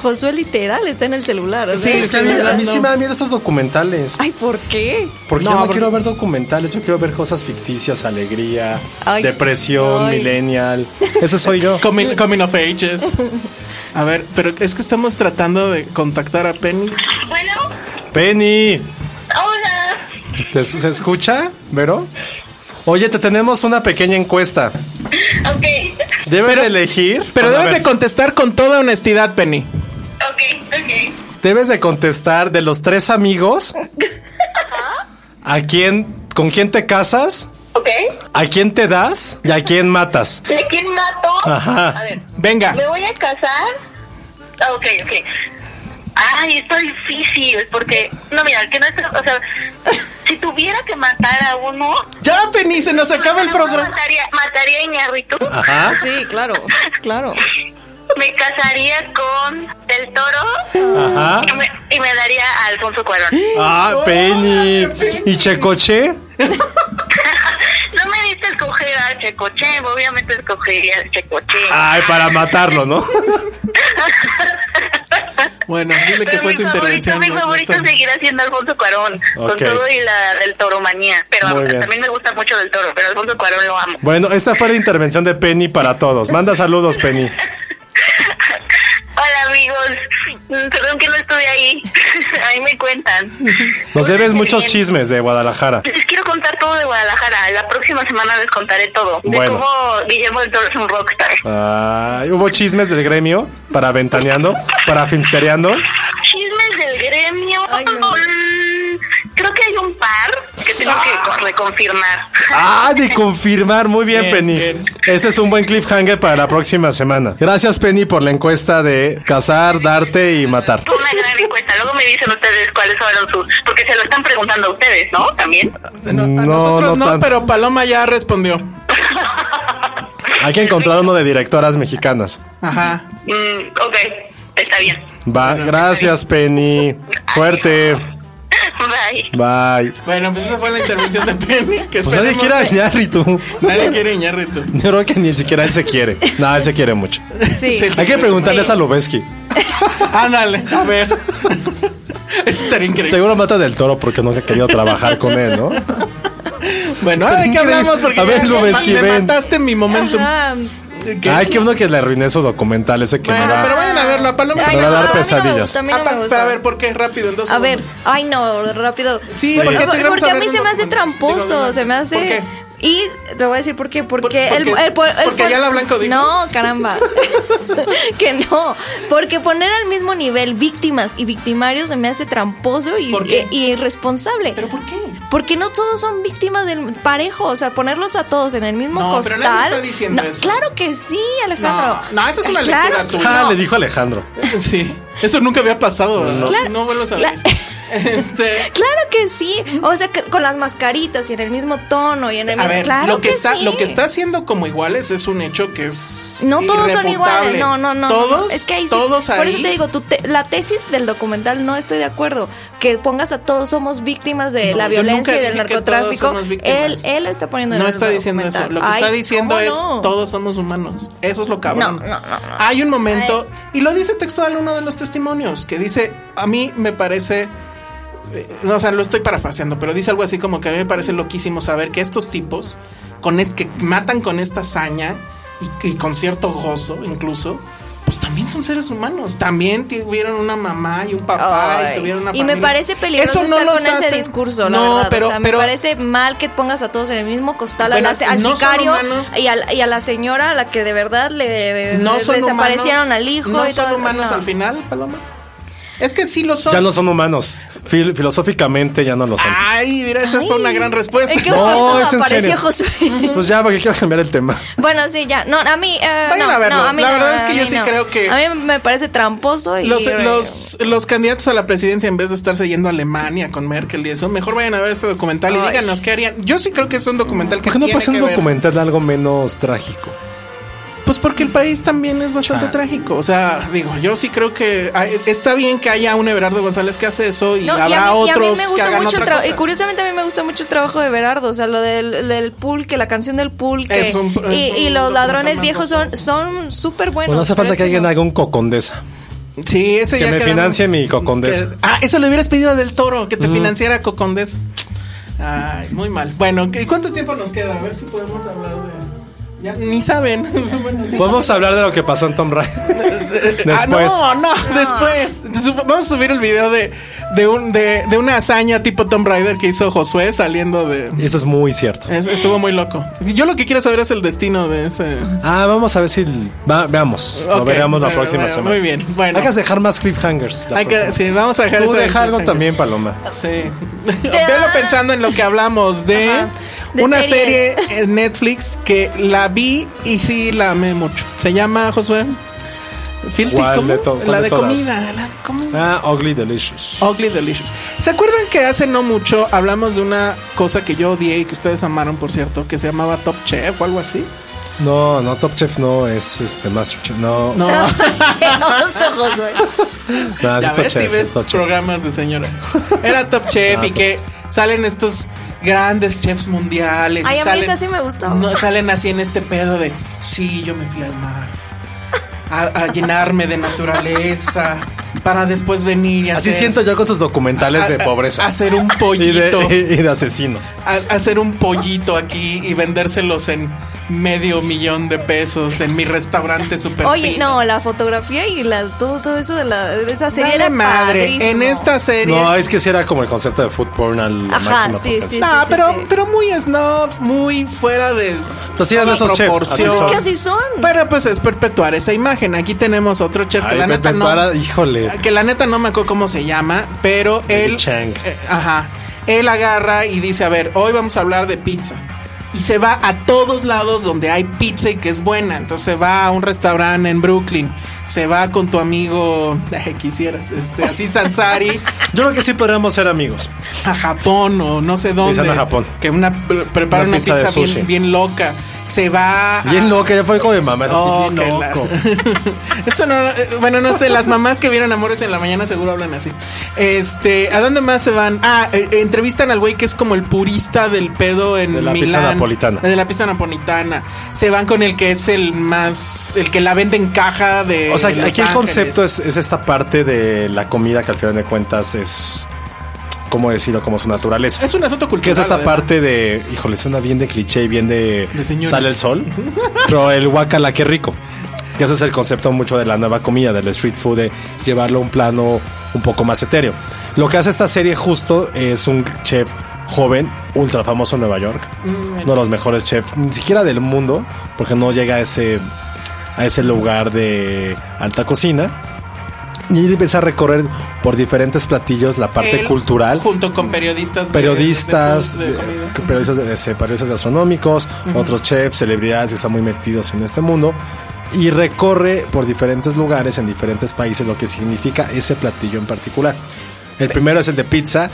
[SPEAKER 7] Josué literal está en el celular. o
[SPEAKER 4] Sí,
[SPEAKER 7] sea,
[SPEAKER 4] sí,
[SPEAKER 6] Es que a mí, a mí sí
[SPEAKER 4] no.
[SPEAKER 6] me dan miedo estos documentales.
[SPEAKER 7] Ay, ¿por qué?
[SPEAKER 6] Porque
[SPEAKER 4] No,
[SPEAKER 6] yo no
[SPEAKER 4] porque-
[SPEAKER 6] quiero ver documentales, yo quiero ver cosas ficticias, alegría,
[SPEAKER 7] Ay.
[SPEAKER 6] depresión,
[SPEAKER 7] Ay.
[SPEAKER 6] millennial. Eso soy yo.
[SPEAKER 4] Coming, coming of ages. A ver, pero es que estamos tratando de contactar a Penny.
[SPEAKER 5] Bueno,
[SPEAKER 6] Penny,
[SPEAKER 5] hola.
[SPEAKER 6] ¿te- ¿se escucha, Vero? Oye, te tenemos una pequeña encuesta.
[SPEAKER 5] Ok,
[SPEAKER 6] Debes de elegir. Bueno,
[SPEAKER 4] Pero
[SPEAKER 6] a
[SPEAKER 4] debes de
[SPEAKER 6] ver,
[SPEAKER 4] contestar con toda honestidad, Penny.
[SPEAKER 5] ok, ok.
[SPEAKER 6] debes de contestar de los tres amigos. ¿A quién? ¿Con quién te casas?
[SPEAKER 5] Ok.
[SPEAKER 6] ¿A quién te das? ¿Y a quién matas?
[SPEAKER 5] ¿De quién mato?
[SPEAKER 4] Ah.
[SPEAKER 6] Ajá.
[SPEAKER 5] A ver,
[SPEAKER 4] Venga.
[SPEAKER 5] ¿me voy a casar? Ah, Ok, ok. Ay, esto es difícil, porque... No, mira, el que no es... O sea, si tuviera que matar a uno...
[SPEAKER 4] Ya, Penny, se nos acaba el
[SPEAKER 5] a uno
[SPEAKER 4] programa.
[SPEAKER 5] Mataría, mataría a Iñárritu.
[SPEAKER 6] Ajá.
[SPEAKER 7] Sí, claro, claro.
[SPEAKER 5] Me casaría con Del Toro
[SPEAKER 6] Ajá.
[SPEAKER 5] y me, y me daría a Alfonso Cuarón.
[SPEAKER 6] Ah, Penny. ¿Y Checoche?
[SPEAKER 5] No me diste escoger al Checoche, obviamente escogería al Checoche.
[SPEAKER 6] Ay, para matarlo, ¿no?
[SPEAKER 4] Bueno, dile que
[SPEAKER 5] Pero
[SPEAKER 4] fue
[SPEAKER 5] mi
[SPEAKER 4] su
[SPEAKER 5] favorito-
[SPEAKER 4] intervención.
[SPEAKER 5] Mi
[SPEAKER 4] no- no
[SPEAKER 5] favorito
[SPEAKER 4] está-
[SPEAKER 5] seguirá siendo Alfonso Cuarón, con
[SPEAKER 6] Ok.
[SPEAKER 5] todo y la del toromanía. Pero
[SPEAKER 6] Muy
[SPEAKER 5] a-
[SPEAKER 6] bien.
[SPEAKER 5] también me gusta mucho del toro, pero Alfonso Cuarón lo amo.
[SPEAKER 6] Bueno, esta fue la intervención de Penny para todos. Manda saludos, Penny.
[SPEAKER 5] Hola amigos, Mm, perdón que no estuve ahí. ahí me cuentan.
[SPEAKER 6] Nos debes muchos
[SPEAKER 5] chistes
[SPEAKER 6] chismes de Guadalajara.
[SPEAKER 5] eh, Les quiero contar todo de Guadalajara. La próxima semana les contaré todo. De
[SPEAKER 6] Bueno.
[SPEAKER 5] cómo Guillermo del Toro es un rockstar.
[SPEAKER 6] Ay, hubo chismes del gremio para Ventaneando, para Filmstereando.
[SPEAKER 5] Chismes del gremio.
[SPEAKER 7] Ay, no.
[SPEAKER 5] Mm, Creo que hay un par que tengo
[SPEAKER 7] Ah.
[SPEAKER 5] que co- reconfirmar.
[SPEAKER 6] Ah, de confirmar. Muy bien,
[SPEAKER 4] Bien,
[SPEAKER 6] Penny.
[SPEAKER 4] bien.
[SPEAKER 6] Ese es un buen cliffhanger para la próxima semana. Gracias, Penny, por la encuesta de cazar, darte y matar.
[SPEAKER 5] Fue una gran encuesta. Luego me dicen ustedes cuáles fueron sus. Porque se lo están preguntando a ustedes, ¿no? También.
[SPEAKER 4] No, a nosotros no,
[SPEAKER 6] tan-
[SPEAKER 4] pero Paloma ya respondió.
[SPEAKER 6] Hay que encontrar uno de directoras mexicanas.
[SPEAKER 4] Ajá.
[SPEAKER 5] Mm, ok, está bien.
[SPEAKER 6] Va, gracias, Penny. Suerte.
[SPEAKER 5] Bye.
[SPEAKER 6] Bye.
[SPEAKER 4] Bueno, pues esa fue la intervención de Penny. Que
[SPEAKER 6] Pues nadie
[SPEAKER 4] esperemos-
[SPEAKER 6] quiere a Iñárritu.
[SPEAKER 4] Nadie quiere Iñárritu.
[SPEAKER 6] Yo creo que ni siquiera él se quiere. No, él se quiere mucho.
[SPEAKER 7] Sí.
[SPEAKER 4] Sí,
[SPEAKER 6] Hay que preguntarles
[SPEAKER 7] Sí.
[SPEAKER 6] a Lubeski.
[SPEAKER 4] Ándale, a ver. Eso estaría increíble.
[SPEAKER 6] Seguro mata del toro porque nunca ha querido trabajar con él, ¿no?
[SPEAKER 4] bueno, ahora de qué
[SPEAKER 6] Increíble.
[SPEAKER 4] hablamos porque
[SPEAKER 6] A ver,
[SPEAKER 4] ya
[SPEAKER 6] lo
[SPEAKER 4] me,
[SPEAKER 6] ves,
[SPEAKER 4] me
[SPEAKER 6] ven.
[SPEAKER 4] mataste en mi momento.
[SPEAKER 7] Ajá.
[SPEAKER 4] ¿Qué?
[SPEAKER 6] Ay, qué bueno que le arruiné su documental ese que me
[SPEAKER 4] Bueno,
[SPEAKER 6] da.
[SPEAKER 4] pero vayan a verlo. A Paloma
[SPEAKER 7] Ay, no,
[SPEAKER 6] Te va a
[SPEAKER 7] a
[SPEAKER 6] dar
[SPEAKER 7] mí no me
[SPEAKER 6] pesadillas.
[SPEAKER 7] gusta, a mí
[SPEAKER 4] Ah,
[SPEAKER 7] no
[SPEAKER 4] pa-
[SPEAKER 7] me gusta.
[SPEAKER 4] para ver por qué rápido en dos
[SPEAKER 7] A ver,
[SPEAKER 4] segundos.
[SPEAKER 7] ay no, rápido.
[SPEAKER 4] Sí, ¿por qué te queremos
[SPEAKER 7] porque a mí
[SPEAKER 4] hablar
[SPEAKER 7] se me
[SPEAKER 4] de-
[SPEAKER 7] hace
[SPEAKER 4] digo,
[SPEAKER 7] tramposo,
[SPEAKER 4] de-
[SPEAKER 7] se me hace
[SPEAKER 4] ¿Por qué?
[SPEAKER 5] Y te voy a decir por qué. Porque,
[SPEAKER 4] Por-
[SPEAKER 5] el,
[SPEAKER 4] porque-
[SPEAKER 5] el po- el
[SPEAKER 4] porque
[SPEAKER 5] pon-
[SPEAKER 4] Ayala Blanco dijo.
[SPEAKER 5] No, caramba. que no. Porque poner al mismo nivel víctimas y victimarios se me hace tramposo y,
[SPEAKER 4] ¿Por qué?
[SPEAKER 5] y- y irresponsable.
[SPEAKER 4] ¿Pero por qué?
[SPEAKER 5] Porque no todos son víctimas del parejo. O sea, ponerlos a todos en el mismo
[SPEAKER 4] No, pero
[SPEAKER 5] costal.
[SPEAKER 4] nadie está diciendo
[SPEAKER 5] No,
[SPEAKER 4] eso.
[SPEAKER 5] Claro que sí, Alejandro.
[SPEAKER 4] No, no, esa es una
[SPEAKER 5] Claro
[SPEAKER 4] lectura
[SPEAKER 5] que
[SPEAKER 4] tuya.
[SPEAKER 6] Ah,
[SPEAKER 5] no.
[SPEAKER 6] le dijo Alejandro.
[SPEAKER 4] Sí. Eso nunca había pasado. ¿verdad? No,
[SPEAKER 5] Claro.
[SPEAKER 4] vuelvas a ver. Este.
[SPEAKER 5] Claro que sí. O sea, que- con las mascaritas y en el mismo tono y en el
[SPEAKER 4] A
[SPEAKER 5] mismo.
[SPEAKER 4] ver,
[SPEAKER 5] claro
[SPEAKER 4] lo que, está,
[SPEAKER 5] sí.
[SPEAKER 4] lo que está haciendo como iguales es un hecho que es.
[SPEAKER 5] No todos son
[SPEAKER 4] irrefutable.
[SPEAKER 5] iguales. No, no, no.
[SPEAKER 4] Todos.
[SPEAKER 5] Es que ahí sí-
[SPEAKER 4] todos
[SPEAKER 5] Por
[SPEAKER 4] ahí-
[SPEAKER 5] eso te digo, tu te- la tesis del documental no estoy de acuerdo. Que pongas a todos somos víctimas de
[SPEAKER 4] No,
[SPEAKER 5] la
[SPEAKER 4] yo nunca
[SPEAKER 5] violencia y del
[SPEAKER 4] dije que todos
[SPEAKER 5] narcotráfico.
[SPEAKER 4] somos
[SPEAKER 5] Él,
[SPEAKER 4] víctimas.
[SPEAKER 5] él está poniendo en
[SPEAKER 4] No
[SPEAKER 5] el
[SPEAKER 4] está diciendo eso.
[SPEAKER 5] documental.
[SPEAKER 4] Lo que está
[SPEAKER 5] Ay,
[SPEAKER 4] diciendo
[SPEAKER 5] ¿cómo
[SPEAKER 4] es
[SPEAKER 5] no?
[SPEAKER 4] todos somos humanos. Eso es lo cabrón.
[SPEAKER 5] No, no, no, no.
[SPEAKER 4] Hay un momento, y lo dice textual uno de los testimonios, que dice, a mí me parece, eh, no, o sea, lo estoy parafaseando, pero dice algo así como que a mí me parece loquísimo saber que estos tipos, con es, que matan con esta hazaña y, que- y con cierto gozo incluso, pues también son seres humanos, también tuvieron una mamá y un papá
[SPEAKER 5] Ay.
[SPEAKER 4] y tuvieron una
[SPEAKER 5] Y me
[SPEAKER 4] familia.
[SPEAKER 5] parece peligroso
[SPEAKER 4] Eso no
[SPEAKER 5] estar
[SPEAKER 4] los
[SPEAKER 5] con ese
[SPEAKER 4] hace-
[SPEAKER 5] discurso, la
[SPEAKER 4] No,
[SPEAKER 5] verdad.
[SPEAKER 4] pero,
[SPEAKER 5] o sea,
[SPEAKER 4] pero-
[SPEAKER 5] me parece mal que pongas a todos en el mismo costal
[SPEAKER 4] Bueno,
[SPEAKER 5] al, al
[SPEAKER 4] no son
[SPEAKER 5] sicario
[SPEAKER 4] humanos.
[SPEAKER 5] y, al- y a la señora a la que de verdad le,
[SPEAKER 4] no
[SPEAKER 5] le
[SPEAKER 4] son
[SPEAKER 5] desaparecieron
[SPEAKER 4] humanos,
[SPEAKER 5] al hijo
[SPEAKER 4] no
[SPEAKER 5] y
[SPEAKER 4] son
[SPEAKER 5] todo.
[SPEAKER 4] humanos
[SPEAKER 5] No.
[SPEAKER 4] al final paloma es que sí lo son
[SPEAKER 6] Ya no son humanos. Fil- filosóficamente ya no lo son.
[SPEAKER 4] ay mira esa fue una
[SPEAKER 5] Ay.
[SPEAKER 4] gran respuesta
[SPEAKER 5] ¿En qué
[SPEAKER 6] No,
[SPEAKER 5] momento
[SPEAKER 6] es en
[SPEAKER 5] apareció
[SPEAKER 6] serio.
[SPEAKER 5] Josué?
[SPEAKER 6] Pues ya, porque quiero cambiar el tema.
[SPEAKER 5] Bueno, sí, ya. No, a mí. eh,
[SPEAKER 4] Vayan
[SPEAKER 5] no,
[SPEAKER 4] a verlo.
[SPEAKER 5] no, mí
[SPEAKER 4] La
[SPEAKER 5] no,
[SPEAKER 4] verdad es que
[SPEAKER 5] a
[SPEAKER 4] yo
[SPEAKER 5] mí
[SPEAKER 4] sí
[SPEAKER 5] no.
[SPEAKER 4] creo que-
[SPEAKER 5] A mí me parece tramposo y.
[SPEAKER 4] los, los, los candidatos a la presidencia, en vez de estarse yendo a Alemania con Merkel y eso, mejor vayan a ver este documental y
[SPEAKER 5] Ay.
[SPEAKER 4] díganos qué harían. Yo sí creo que es un documental que.
[SPEAKER 6] ¿Por qué no
[SPEAKER 4] tiene
[SPEAKER 6] pasa un
[SPEAKER 4] que ver.
[SPEAKER 6] documental de algo menos trágico?
[SPEAKER 4] Pues porque el país también es bastante
[SPEAKER 6] Chale.
[SPEAKER 4] trágico. O sea, digo, yo sí creo que hay- está bien que haya un Everardo González que hace eso y
[SPEAKER 5] No,
[SPEAKER 4] habrá
[SPEAKER 5] y, a mí, y a mí
[SPEAKER 4] otros
[SPEAKER 5] me
[SPEAKER 4] que
[SPEAKER 5] gusta
[SPEAKER 4] hagan
[SPEAKER 5] mucho el
[SPEAKER 4] otra
[SPEAKER 5] trabajo.
[SPEAKER 4] cosa.
[SPEAKER 5] Y curiosamente a mí me gusta mucho el trabajo de Berardo. O sea, lo del, del pulque, la canción del pulque.
[SPEAKER 4] Es un- es
[SPEAKER 5] y,
[SPEAKER 4] un
[SPEAKER 5] y los
[SPEAKER 4] documental
[SPEAKER 5] ladrones
[SPEAKER 4] más
[SPEAKER 5] viejos son son súper buenos.
[SPEAKER 6] Bueno, no hace
[SPEAKER 5] pero
[SPEAKER 6] falta que
[SPEAKER 5] este
[SPEAKER 6] alguien
[SPEAKER 5] no.
[SPEAKER 6] haga un cocondesa.
[SPEAKER 4] Sí, ese
[SPEAKER 6] Que
[SPEAKER 4] ya
[SPEAKER 6] me
[SPEAKER 4] quedamos-
[SPEAKER 6] financie mi Cocondesa.
[SPEAKER 4] que- ah, eso le hubieras pedido a Del Toro, que te financiara Cocondés. Ay, muy mal. Bueno, ¿y cuánto tiempo nos queda? A ver si podemos hablar de. Ya ni saben. Bueno, sí.
[SPEAKER 6] Podemos hablar de lo que pasó en Tom Raider. Después.
[SPEAKER 4] Ah, no, no, después. Entonces, Vamos a subir el video de, de, un, de, de una hazaña tipo Tomb Raider que hizo Josué saliendo de.
[SPEAKER 6] Eso es muy cierto.
[SPEAKER 4] es- estuvo muy loco. Yo lo que quiero saber es el destino de ese.
[SPEAKER 6] Ah, vamos a ver si. l- va- veamos. lo
[SPEAKER 4] Ok,
[SPEAKER 6] veremos la
[SPEAKER 4] bueno,
[SPEAKER 6] próxima
[SPEAKER 4] bueno,
[SPEAKER 6] semana.
[SPEAKER 4] Muy bien. Bueno,
[SPEAKER 6] Hay que dejar más cliffhangers. la
[SPEAKER 4] Hay que-
[SPEAKER 6] próxima.
[SPEAKER 4] sí, vamos a dejar
[SPEAKER 6] Tú
[SPEAKER 4] eso del
[SPEAKER 6] deja algo
[SPEAKER 4] cliffhanger.
[SPEAKER 6] también, Paloma.
[SPEAKER 4] Sí. Velo pensando en lo que hablamos de,
[SPEAKER 5] Ajá. De
[SPEAKER 4] una
[SPEAKER 5] series.
[SPEAKER 4] serie en Netflix que la vi y sí la amé mucho. Se llama Josué. Filthy,
[SPEAKER 6] ¿Cuál
[SPEAKER 4] ¿cómo?
[SPEAKER 6] de to- cuál
[SPEAKER 4] la
[SPEAKER 6] de
[SPEAKER 4] de
[SPEAKER 6] todas?
[SPEAKER 4] comida, la de comida.
[SPEAKER 6] Ah, Ugly Delicious.
[SPEAKER 4] Ugly Delicious. ¿Se acuerdan que hace no mucho hablamos de una cosa que yo odié y que ustedes amaron, por cierto, que se llamaba Top Chef o algo así?
[SPEAKER 6] No, no, Top Chef no es este Masterchef. No,
[SPEAKER 4] No,
[SPEAKER 5] Qué oso, Josué.
[SPEAKER 6] no, es
[SPEAKER 4] ya
[SPEAKER 6] Top
[SPEAKER 4] ves si
[SPEAKER 6] Chef,
[SPEAKER 4] ves
[SPEAKER 6] es Top Chef.
[SPEAKER 4] programas de señora. Era Top Chef
[SPEAKER 6] Ah,
[SPEAKER 4] y que salen estos grandes chefs mundiales. y
[SPEAKER 5] Ay, a mí
[SPEAKER 4] salen-
[SPEAKER 5] esa sí me gustó.
[SPEAKER 4] No, salen así en este pedo de, sí, yo me fui al mar. A, a llenarme de naturaleza para después venir y
[SPEAKER 6] Así
[SPEAKER 4] hacer,
[SPEAKER 6] siento yo con sus documentales de
[SPEAKER 4] a- a-
[SPEAKER 6] pobreza.
[SPEAKER 4] hacer un
[SPEAKER 6] y
[SPEAKER 4] Ah, pollito.
[SPEAKER 6] de, y de asesinos.
[SPEAKER 4] a- hacer un pollito aquí y vendérselos en medio millón de pesos en mi restaurante super
[SPEAKER 5] Oye,
[SPEAKER 4] fino.
[SPEAKER 5] no, la fotografía y la, todo, todo eso de, la, de esa serie
[SPEAKER 4] Dale
[SPEAKER 5] era
[SPEAKER 4] madre,
[SPEAKER 5] padrísimo.
[SPEAKER 4] en esta serie
[SPEAKER 6] No, es que sí era como el concepto de food porn al
[SPEAKER 5] Ajá,
[SPEAKER 6] máximo
[SPEAKER 5] sí,
[SPEAKER 6] potencia.
[SPEAKER 5] sí.
[SPEAKER 4] No, Ah, pero, pero muy snob, muy fuera de.
[SPEAKER 6] Entonces, sí eran
[SPEAKER 4] de
[SPEAKER 6] esos chefs,
[SPEAKER 4] proporción.
[SPEAKER 6] así
[SPEAKER 5] Pues Es
[SPEAKER 6] son.
[SPEAKER 5] que así son.
[SPEAKER 4] Pero pues es perpetuar esa imagen. Aquí tenemos otro chef que
[SPEAKER 6] Ay,
[SPEAKER 4] la neta
[SPEAKER 6] Pepe Tuara,
[SPEAKER 4] no.
[SPEAKER 6] híjole.
[SPEAKER 4] Que la neta no me acuerdo cómo se llama, pero él.
[SPEAKER 6] Chang.
[SPEAKER 4] eh, ajá. Él agarra y dice: A ver, hoy vamos a hablar de pizza. Y se va a todos lados donde hay pizza y que es buena. Entonces se va a un restaurante en Brooklyn. Se va con tu amigo. Quisieras, este, así Sansari.
[SPEAKER 6] Yo creo que sí podríamos ser amigos.
[SPEAKER 4] a Japón o no sé dónde.
[SPEAKER 6] Pisan a Japón.
[SPEAKER 4] Que una pre- prepara
[SPEAKER 6] Una
[SPEAKER 4] una,
[SPEAKER 6] pizza
[SPEAKER 4] pizza,
[SPEAKER 6] de sushi.
[SPEAKER 4] bien, bien loca. Se va. a-
[SPEAKER 6] Bien loca, ya fue como de mamá. Es así,
[SPEAKER 4] Ah. Oh,
[SPEAKER 6] bien
[SPEAKER 4] que la-
[SPEAKER 6] loco.
[SPEAKER 4] Eso no, eh, bueno, no sé, las mamás que vieron Amores en la mañana seguro hablan así. Este, ¿a dónde más se van? Ah, eh, eh, entrevistan al güey que es como el purista del pedo en
[SPEAKER 6] De la pizza
[SPEAKER 4] Milán.
[SPEAKER 6] napolitana.
[SPEAKER 4] De la pizza napolitana. Se van con el que es el más, el que la vende en caja de
[SPEAKER 6] O sea, aquí
[SPEAKER 4] Los
[SPEAKER 6] el
[SPEAKER 4] Ángeles.
[SPEAKER 6] concepto es, es esta parte de la comida que al final de cuentas es, ¿cómo decirlo? Como su naturaleza.
[SPEAKER 4] Es un asunto
[SPEAKER 6] que
[SPEAKER 4] cultural.
[SPEAKER 6] es esta
[SPEAKER 4] además.
[SPEAKER 6] parte de, híjole, suena bien de cliché y bien de,
[SPEAKER 4] De señora.
[SPEAKER 6] sale el sol, pero el guacala, qué rico. Que ese es el concepto mucho de la nueva comida, del street food, de llevarlo a un plano un poco más etéreo. Lo que hace esta serie justo es un chef joven, ultra famoso en Nueva York,
[SPEAKER 4] Mm,
[SPEAKER 6] uno de los mejores chefs, ni siquiera del mundo, porque no llega a ese, a ese lugar de alta cocina. Y él empieza a recorrer por diferentes platillos la parte
[SPEAKER 4] Él,
[SPEAKER 6] cultural
[SPEAKER 4] Junto con periodistas. de-
[SPEAKER 6] periodistas,
[SPEAKER 4] de- de- de
[SPEAKER 6] de-
[SPEAKER 4] comida.
[SPEAKER 6] que periodistas, de- de- periodistas gastronómicos, otros chefs, celebridades que están muy metidos en este mundo y recorre por diferentes lugares en diferentes países lo que significa ese platillo en particular. El primero es el de pizza,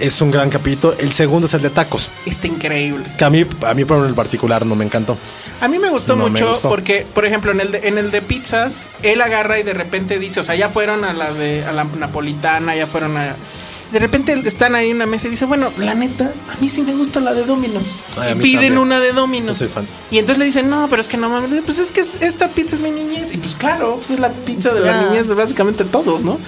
[SPEAKER 6] es un gran capítulo. El segundo es el de tacos,
[SPEAKER 4] Está increíble.
[SPEAKER 6] que a mí, a mí por el particular no me encantó.
[SPEAKER 4] A mí me gustó
[SPEAKER 6] No me
[SPEAKER 4] mucho
[SPEAKER 6] gustó.
[SPEAKER 4] porque, por ejemplo, en el, de, en el de pizzas, él agarra y de repente dice, o sea, ya fueron a la de a la napolitana, ya fueron a... De repente están ahí en una mesa y dice, bueno, la neta, a mí sí me gusta la de Domino's.
[SPEAKER 6] Ay, a
[SPEAKER 4] y
[SPEAKER 6] mí
[SPEAKER 4] piden
[SPEAKER 6] también.
[SPEAKER 4] una de Domino's.
[SPEAKER 6] Yo soy fan.
[SPEAKER 4] Y entonces le dicen, no, pero es que no mames, pues es que es- esta pizza es mi niñez. Y pues claro, pues es la pizza de la
[SPEAKER 5] Ah.
[SPEAKER 4] niñez de básicamente todos, ¿no?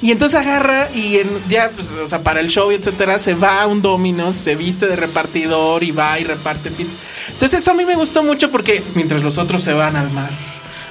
[SPEAKER 4] Y entonces agarra y en- ya, pues, o sea, para el show, y etcétera, se va a un Domino's, se viste de repartidor y va y reparte pizza. Entonces eso a mí me gustó mucho porque mientras los otros se van al mar.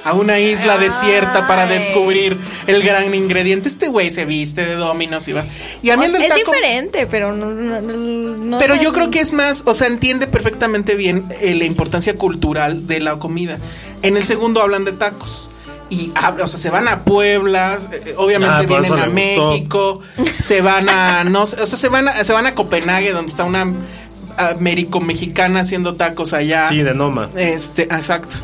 [SPEAKER 4] A una isla desierta para
[SPEAKER 5] Ay.
[SPEAKER 4] descubrir el gran ingrediente. Este güey se viste de Domino's y va. Y a mí el del
[SPEAKER 5] es
[SPEAKER 4] taco-
[SPEAKER 5] diferente, pero no. no- no- no
[SPEAKER 4] pero
[SPEAKER 5] tan-
[SPEAKER 4] yo creo que es más, o sea, entiende perfectamente bien eh, la importancia cultural de la comida. En el segundo hablan de tacos. Y habla- o sea, se van a Puebla, eh, obviamente
[SPEAKER 6] Ah, por
[SPEAKER 4] vienen
[SPEAKER 6] eso
[SPEAKER 4] a
[SPEAKER 6] le gustó.
[SPEAKER 4] México, se van a no sé, o sea, se van a, se van a Copenhague donde está una américo mexicana haciendo tacos allá.
[SPEAKER 6] Sí, de Noma.
[SPEAKER 4] Este, exacto.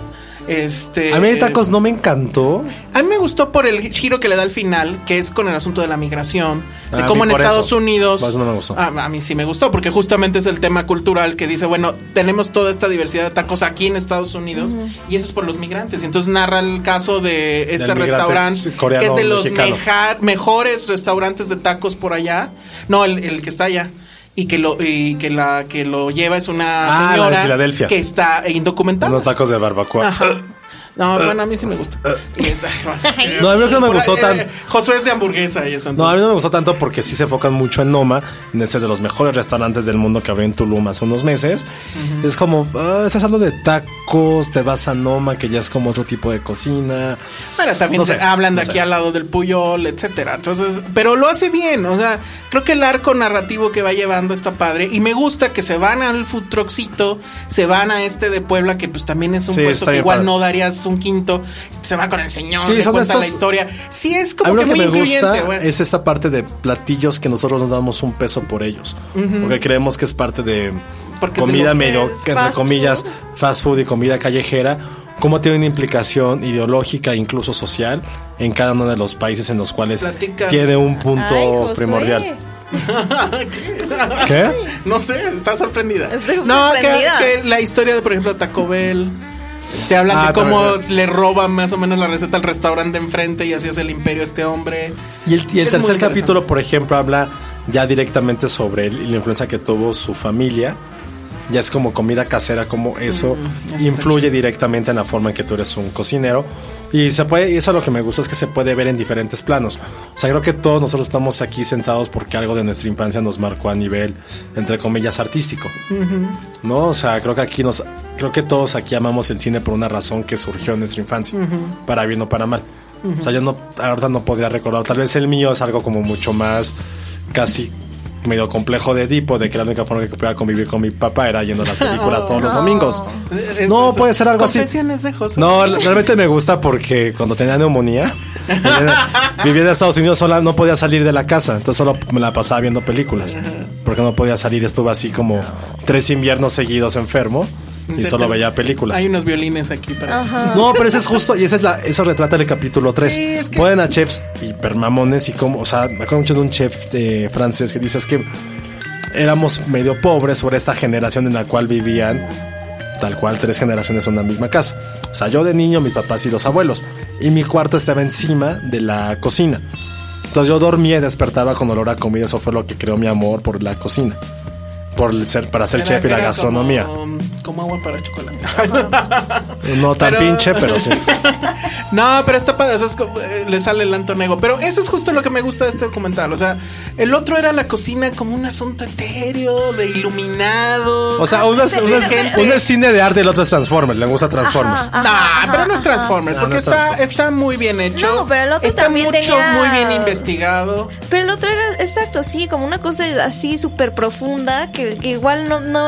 [SPEAKER 4] Este
[SPEAKER 6] A mí de tacos no me encantó.
[SPEAKER 4] a mí me gustó por el giro que le da al final, que es con el asunto de la migración, de
[SPEAKER 6] A
[SPEAKER 4] cómo
[SPEAKER 6] mí
[SPEAKER 4] en
[SPEAKER 6] por
[SPEAKER 4] Estados
[SPEAKER 6] eso.
[SPEAKER 4] Unidos.
[SPEAKER 6] Por eso no me gustó.
[SPEAKER 4] A, a mí sí me gustó, porque justamente es el tema cultural que dice, bueno, tenemos toda esta diversidad de tacos aquí en Estados Unidos y eso es por los migrantes. Y entonces narra el caso de este
[SPEAKER 6] migrante
[SPEAKER 4] restaurante
[SPEAKER 6] coreano
[SPEAKER 4] que es de los
[SPEAKER 6] mexicano.
[SPEAKER 4] meja- mejores restaurantes de tacos por allá. No, el, el que está allá. Y que lo, y que la que lo lleva es una
[SPEAKER 6] Ah, la de
[SPEAKER 4] señora
[SPEAKER 6] Filadelfia.
[SPEAKER 4] que está indocumentada.
[SPEAKER 6] Unos tacos de barbacoa.
[SPEAKER 4] Ajá. No, bueno, a mí sí me gusta. Y es-
[SPEAKER 6] Eh, No, a mí lo que no me
[SPEAKER 4] Por-
[SPEAKER 6] gustó
[SPEAKER 4] eh,
[SPEAKER 6] tan-
[SPEAKER 4] eh, Josué es de hamburguesa y eso.
[SPEAKER 6] No, a mí
[SPEAKER 4] entonces-
[SPEAKER 6] no me gustó tanto porque sí se enfocan mucho en Noma, en este de los mejores restaurantes del mundo que abrió en Tulum hace unos meses. Es como, ah, estás hablando de tacos, te vas a Noma, que ya es como otro tipo de cocina.
[SPEAKER 4] Pero también
[SPEAKER 6] No
[SPEAKER 4] se-
[SPEAKER 6] sé,
[SPEAKER 4] hablan de
[SPEAKER 6] no
[SPEAKER 4] aquí
[SPEAKER 6] sé.
[SPEAKER 4] al lado del Puyol, etcétera. Entonces, pero lo hace bien. O sea, creo que el arco narrativo que va llevando está padre. Y me gusta que se van al food truckcito, se van a este de Puebla, que pues también es un
[SPEAKER 6] Sí,
[SPEAKER 4] puesto
[SPEAKER 6] está
[SPEAKER 4] que
[SPEAKER 6] bien
[SPEAKER 4] igual
[SPEAKER 6] padre.
[SPEAKER 4] no darías un quinto. Se va con el señor,
[SPEAKER 6] Sí,
[SPEAKER 4] le
[SPEAKER 6] son
[SPEAKER 4] cuenta la
[SPEAKER 6] estos-
[SPEAKER 4] historia. Sí, es
[SPEAKER 6] A
[SPEAKER 4] como
[SPEAKER 6] mí
[SPEAKER 4] que
[SPEAKER 6] lo que
[SPEAKER 4] muy
[SPEAKER 6] me
[SPEAKER 4] incluyente.
[SPEAKER 6] gusta
[SPEAKER 4] güey.
[SPEAKER 6] es esta parte de platillos que nosotros nos damos un peso por ellos. Porque creemos que es parte de
[SPEAKER 4] Porque es de
[SPEAKER 6] comida
[SPEAKER 4] lo que
[SPEAKER 6] medio,
[SPEAKER 5] es
[SPEAKER 6] entre
[SPEAKER 5] fast
[SPEAKER 6] comillas, fast food y comida callejera. Cómo tiene una implicación ideológica e incluso social en cada uno de los países en los cuales
[SPEAKER 4] Platica.
[SPEAKER 6] tiene un punto
[SPEAKER 5] Ay, Josué.
[SPEAKER 6] primordial. ¿Qué?
[SPEAKER 4] No sé, está sorprendida.
[SPEAKER 5] Estoy
[SPEAKER 4] no, que-
[SPEAKER 5] sorprendida.
[SPEAKER 4] Que, la historia de, por ejemplo, Taco Bell. Te hablan
[SPEAKER 6] Ah,
[SPEAKER 4] de cómo
[SPEAKER 6] también.
[SPEAKER 4] le roban más o menos la receta al restaurante de enfrente y así es el imperio este hombre.
[SPEAKER 6] Y el, y el
[SPEAKER 4] Es muy
[SPEAKER 6] tercer
[SPEAKER 4] interesante.
[SPEAKER 6] capítulo, por ejemplo, habla ya directamente sobre el- la influencia que tuvo su familia. Ya es como comida casera, como
[SPEAKER 4] Mm,
[SPEAKER 6] eso influye directamente en la forma en que tú eres un cocinero. Y se puede, y eso lo que me gusta es que se puede ver en diferentes planos. O sea, creo que todos nosotros estamos aquí sentados porque algo de nuestra infancia nos marcó a nivel, entre comillas, artístico. ¿no? O sea, creo que aquí nos, creo que todos aquí amamos el cine por una razón que surgió en nuestra infancia, para bien o para mal. O sea, yo no, ahorita no podría recordar, tal vez el mío es algo como mucho más casi medio complejo de Edipo, de que la única forma que podía convivir con mi papá era yendo a las películas todos los domingos.
[SPEAKER 4] Es-
[SPEAKER 6] no,
[SPEAKER 4] es-
[SPEAKER 6] puede ser algo así.
[SPEAKER 4] Confesiones de José.
[SPEAKER 6] No, realmente me gusta porque cuando tenía neumonía, vivía en Estados Unidos sola, no podía salir de la casa, entonces solo me la pasaba viendo películas, porque no podía salir, estuve así como tres inviernos seguidos enfermo y
[SPEAKER 4] Se
[SPEAKER 6] solo
[SPEAKER 4] te-
[SPEAKER 6] veía películas.
[SPEAKER 4] Hay unos violines aquí para.
[SPEAKER 6] No, pero ese es justo, y ese es la, eso retrata el capítulo 3.
[SPEAKER 4] Sí, es que-
[SPEAKER 6] Pueden a chefs hipermamones y como, o sea, me acuerdo mucho de un chef eh, francés que dice es que éramos medio pobres sobre esta generación en la cual vivían tal cual tres generaciones en la misma casa. O sea, yo de niño, mis papás y los abuelos. Y mi cuarto estaba encima de la cocina. Entonces yo dormía y despertaba con olor a comida. Eso fue lo que creó mi amor por la cocina. Por el ser, para ser
[SPEAKER 4] Era-
[SPEAKER 6] chef y la
[SPEAKER 4] era
[SPEAKER 6] gastronomía.
[SPEAKER 4] como, Como agua para chocolate.
[SPEAKER 6] No tan pinche, pero sí.
[SPEAKER 4] No, pero está padre. o sea, es como, eh, le sale el antonego. Pero eso es justo lo que me gusta de este documental. O sea, el otro era la cocina como un asunto etéreo, de iluminado.
[SPEAKER 6] O sea, uno es, uno es- uno es cine de arte y el otro es Transformers. Le gusta
[SPEAKER 5] Ah,
[SPEAKER 6] Transformers.
[SPEAKER 4] No, Ah, pero no es Transformers,
[SPEAKER 6] No,
[SPEAKER 4] porque
[SPEAKER 6] no es
[SPEAKER 4] está,
[SPEAKER 6] Transformers.
[SPEAKER 4] está muy bien hecho.
[SPEAKER 5] No, pero el otro
[SPEAKER 4] está
[SPEAKER 5] también
[SPEAKER 4] mucho,
[SPEAKER 5] tenía-
[SPEAKER 4] muy bien investigado.
[SPEAKER 5] Pero el otro era, exacto, sí, como una cosa así súper profunda que, que igual no, no,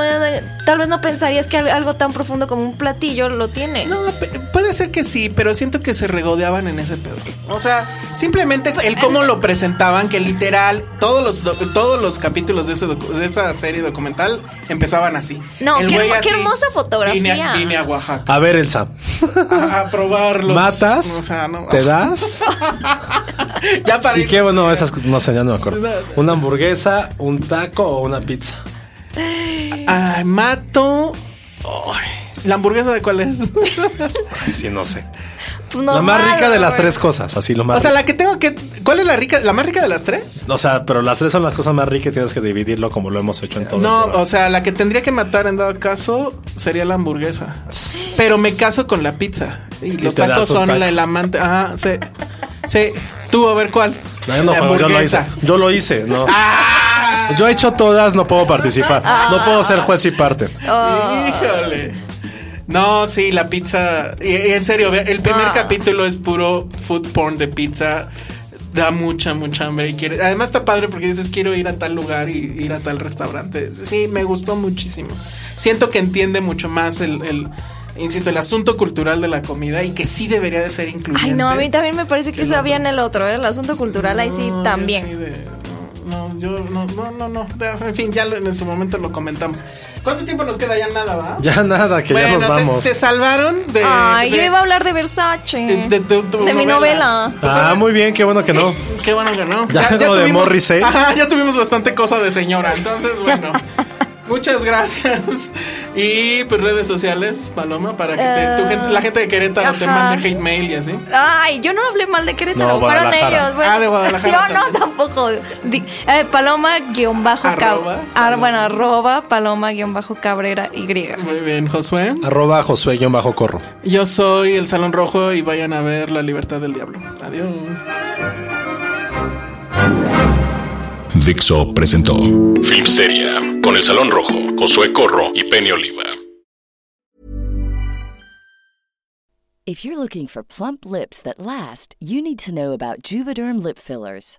[SPEAKER 5] tal vez no pensarías que al- algo tan profundo como un platillo lo tiene.
[SPEAKER 4] No, pe- puede ser que sí, pero siento que se regodeaban en ese pedo. O sea, simplemente el cómo lo presentaban, que literal todos los do- todos los capítulos de, ese docu- de esa serie documental empezaban así.
[SPEAKER 5] No,
[SPEAKER 4] El
[SPEAKER 5] qué
[SPEAKER 4] güey
[SPEAKER 5] hermo-
[SPEAKER 4] así,
[SPEAKER 5] qué hermosa fotografía.
[SPEAKER 4] Vine a, vine a Oaxaca
[SPEAKER 6] A ver, Elsa.
[SPEAKER 4] a, a probarlos.
[SPEAKER 6] ¿Matas?
[SPEAKER 4] O sea, no.
[SPEAKER 6] ¿Te das?
[SPEAKER 4] Ya para
[SPEAKER 6] ¿Y
[SPEAKER 4] ir-
[SPEAKER 6] qué bueno esas cosas? No sé, ya no me acuerdo. ¿Una hamburguesa, un taco o una pizza?
[SPEAKER 4] Ay, mato. Ay, ¿La hamburguesa de cuál es?
[SPEAKER 6] Ay, sí, no sé.
[SPEAKER 5] Pues no,
[SPEAKER 6] la más
[SPEAKER 5] malo,
[SPEAKER 6] rica de las
[SPEAKER 5] güey.
[SPEAKER 6] tres cosas, así lo más.
[SPEAKER 4] o sea, la que tengo que. ¿Cuál es la rica? ¿La más rica de las tres?
[SPEAKER 6] rico. O sea, pero las tres son las cosas más ricas y tienes que dividirlo como lo hemos hecho en todo. el
[SPEAKER 4] No,
[SPEAKER 6] programa.
[SPEAKER 4] o sea, la que tendría que matar en dado caso sería la hamburguesa. Pero me caso con la pizza. Y, los
[SPEAKER 6] te das
[SPEAKER 4] tacos
[SPEAKER 6] un
[SPEAKER 4] son
[SPEAKER 6] taco.
[SPEAKER 4] la- el amante. Ajá, sí. Sí. Tú, a ver cuál.
[SPEAKER 6] No, yo no
[SPEAKER 4] La
[SPEAKER 6] juego, yo lo hice.
[SPEAKER 4] hamburguesa.
[SPEAKER 6] Yo lo hice, no.
[SPEAKER 4] ¡Ah!
[SPEAKER 6] Yo he hecho todas, no puedo participar. No puedo ser juez y parte.
[SPEAKER 4] Híjole. No, sí, la pizza. Y, y en serio, ve- el
[SPEAKER 5] Ah.
[SPEAKER 4] primer capítulo es puro food porn de pizza. Da mucha, mucha hambre. Y quiere, además está padre porque dices quiero ir a tal lugar y ir a tal restaurante. Sí, me gustó muchísimo. Siento que entiende mucho más el, el- insisto, el asunto cultural de la comida y que sí debería de ser incluyente.
[SPEAKER 5] Ay, no, a mí también me parece que eso había en el otro, ¿eh? el asunto cultural, ahí sí,
[SPEAKER 4] No, yo sí
[SPEAKER 5] también.
[SPEAKER 4] de- no, no, yo no, no, no, no. En fin, ya lo- en su momento lo comentamos. ¿Cuánto tiempo nos queda? Ya nada, ¿va?
[SPEAKER 6] Ya nada, que ya
[SPEAKER 4] Bueno,
[SPEAKER 6] nos
[SPEAKER 4] se-
[SPEAKER 6] vamos.
[SPEAKER 4] Se, salvaron de.
[SPEAKER 5] Ay,
[SPEAKER 4] de-
[SPEAKER 5] yo iba a hablar de Versace.
[SPEAKER 4] de, de- de- de
[SPEAKER 5] mi novela.
[SPEAKER 6] Ah, muy bien, qué bueno que no.
[SPEAKER 4] Qué bueno que no.
[SPEAKER 6] Ya lo de ¿eh? Morrissey.
[SPEAKER 4] Ajá, ya tuvimos bastante cosa de señora. Entonces, bueno. Muchas gracias. Y pues redes sociales, Paloma, para que te- tu gente- la gente de Querétaro te
[SPEAKER 5] Ajá.
[SPEAKER 4] mande hate mail y así.
[SPEAKER 5] Ay, yo no hablé mal de Querétaro,
[SPEAKER 6] No,
[SPEAKER 5] fueron
[SPEAKER 6] Guadalajara.
[SPEAKER 5] ellos. bueno.
[SPEAKER 4] Ah, de Guadalajara
[SPEAKER 5] Yo no tampoco. Di- eh, paloma guión bajo
[SPEAKER 4] Arroba.
[SPEAKER 5] cabrera. bueno, arroba paloma guión bajo cabrera y. griega.
[SPEAKER 4] Muy bien, Josué.
[SPEAKER 6] Arroba Josué-Corro.
[SPEAKER 4] Yo soy el Salón Rojo y vayan a ver La Libertad del Diablo. Adiós.
[SPEAKER 2] Dixo presentó Filmsteria con el Salón Rojo, Josué Corro y Penny Oliva.
[SPEAKER 8] If you're looking for plump lips that last, you need to know about Juvederm lip fillers.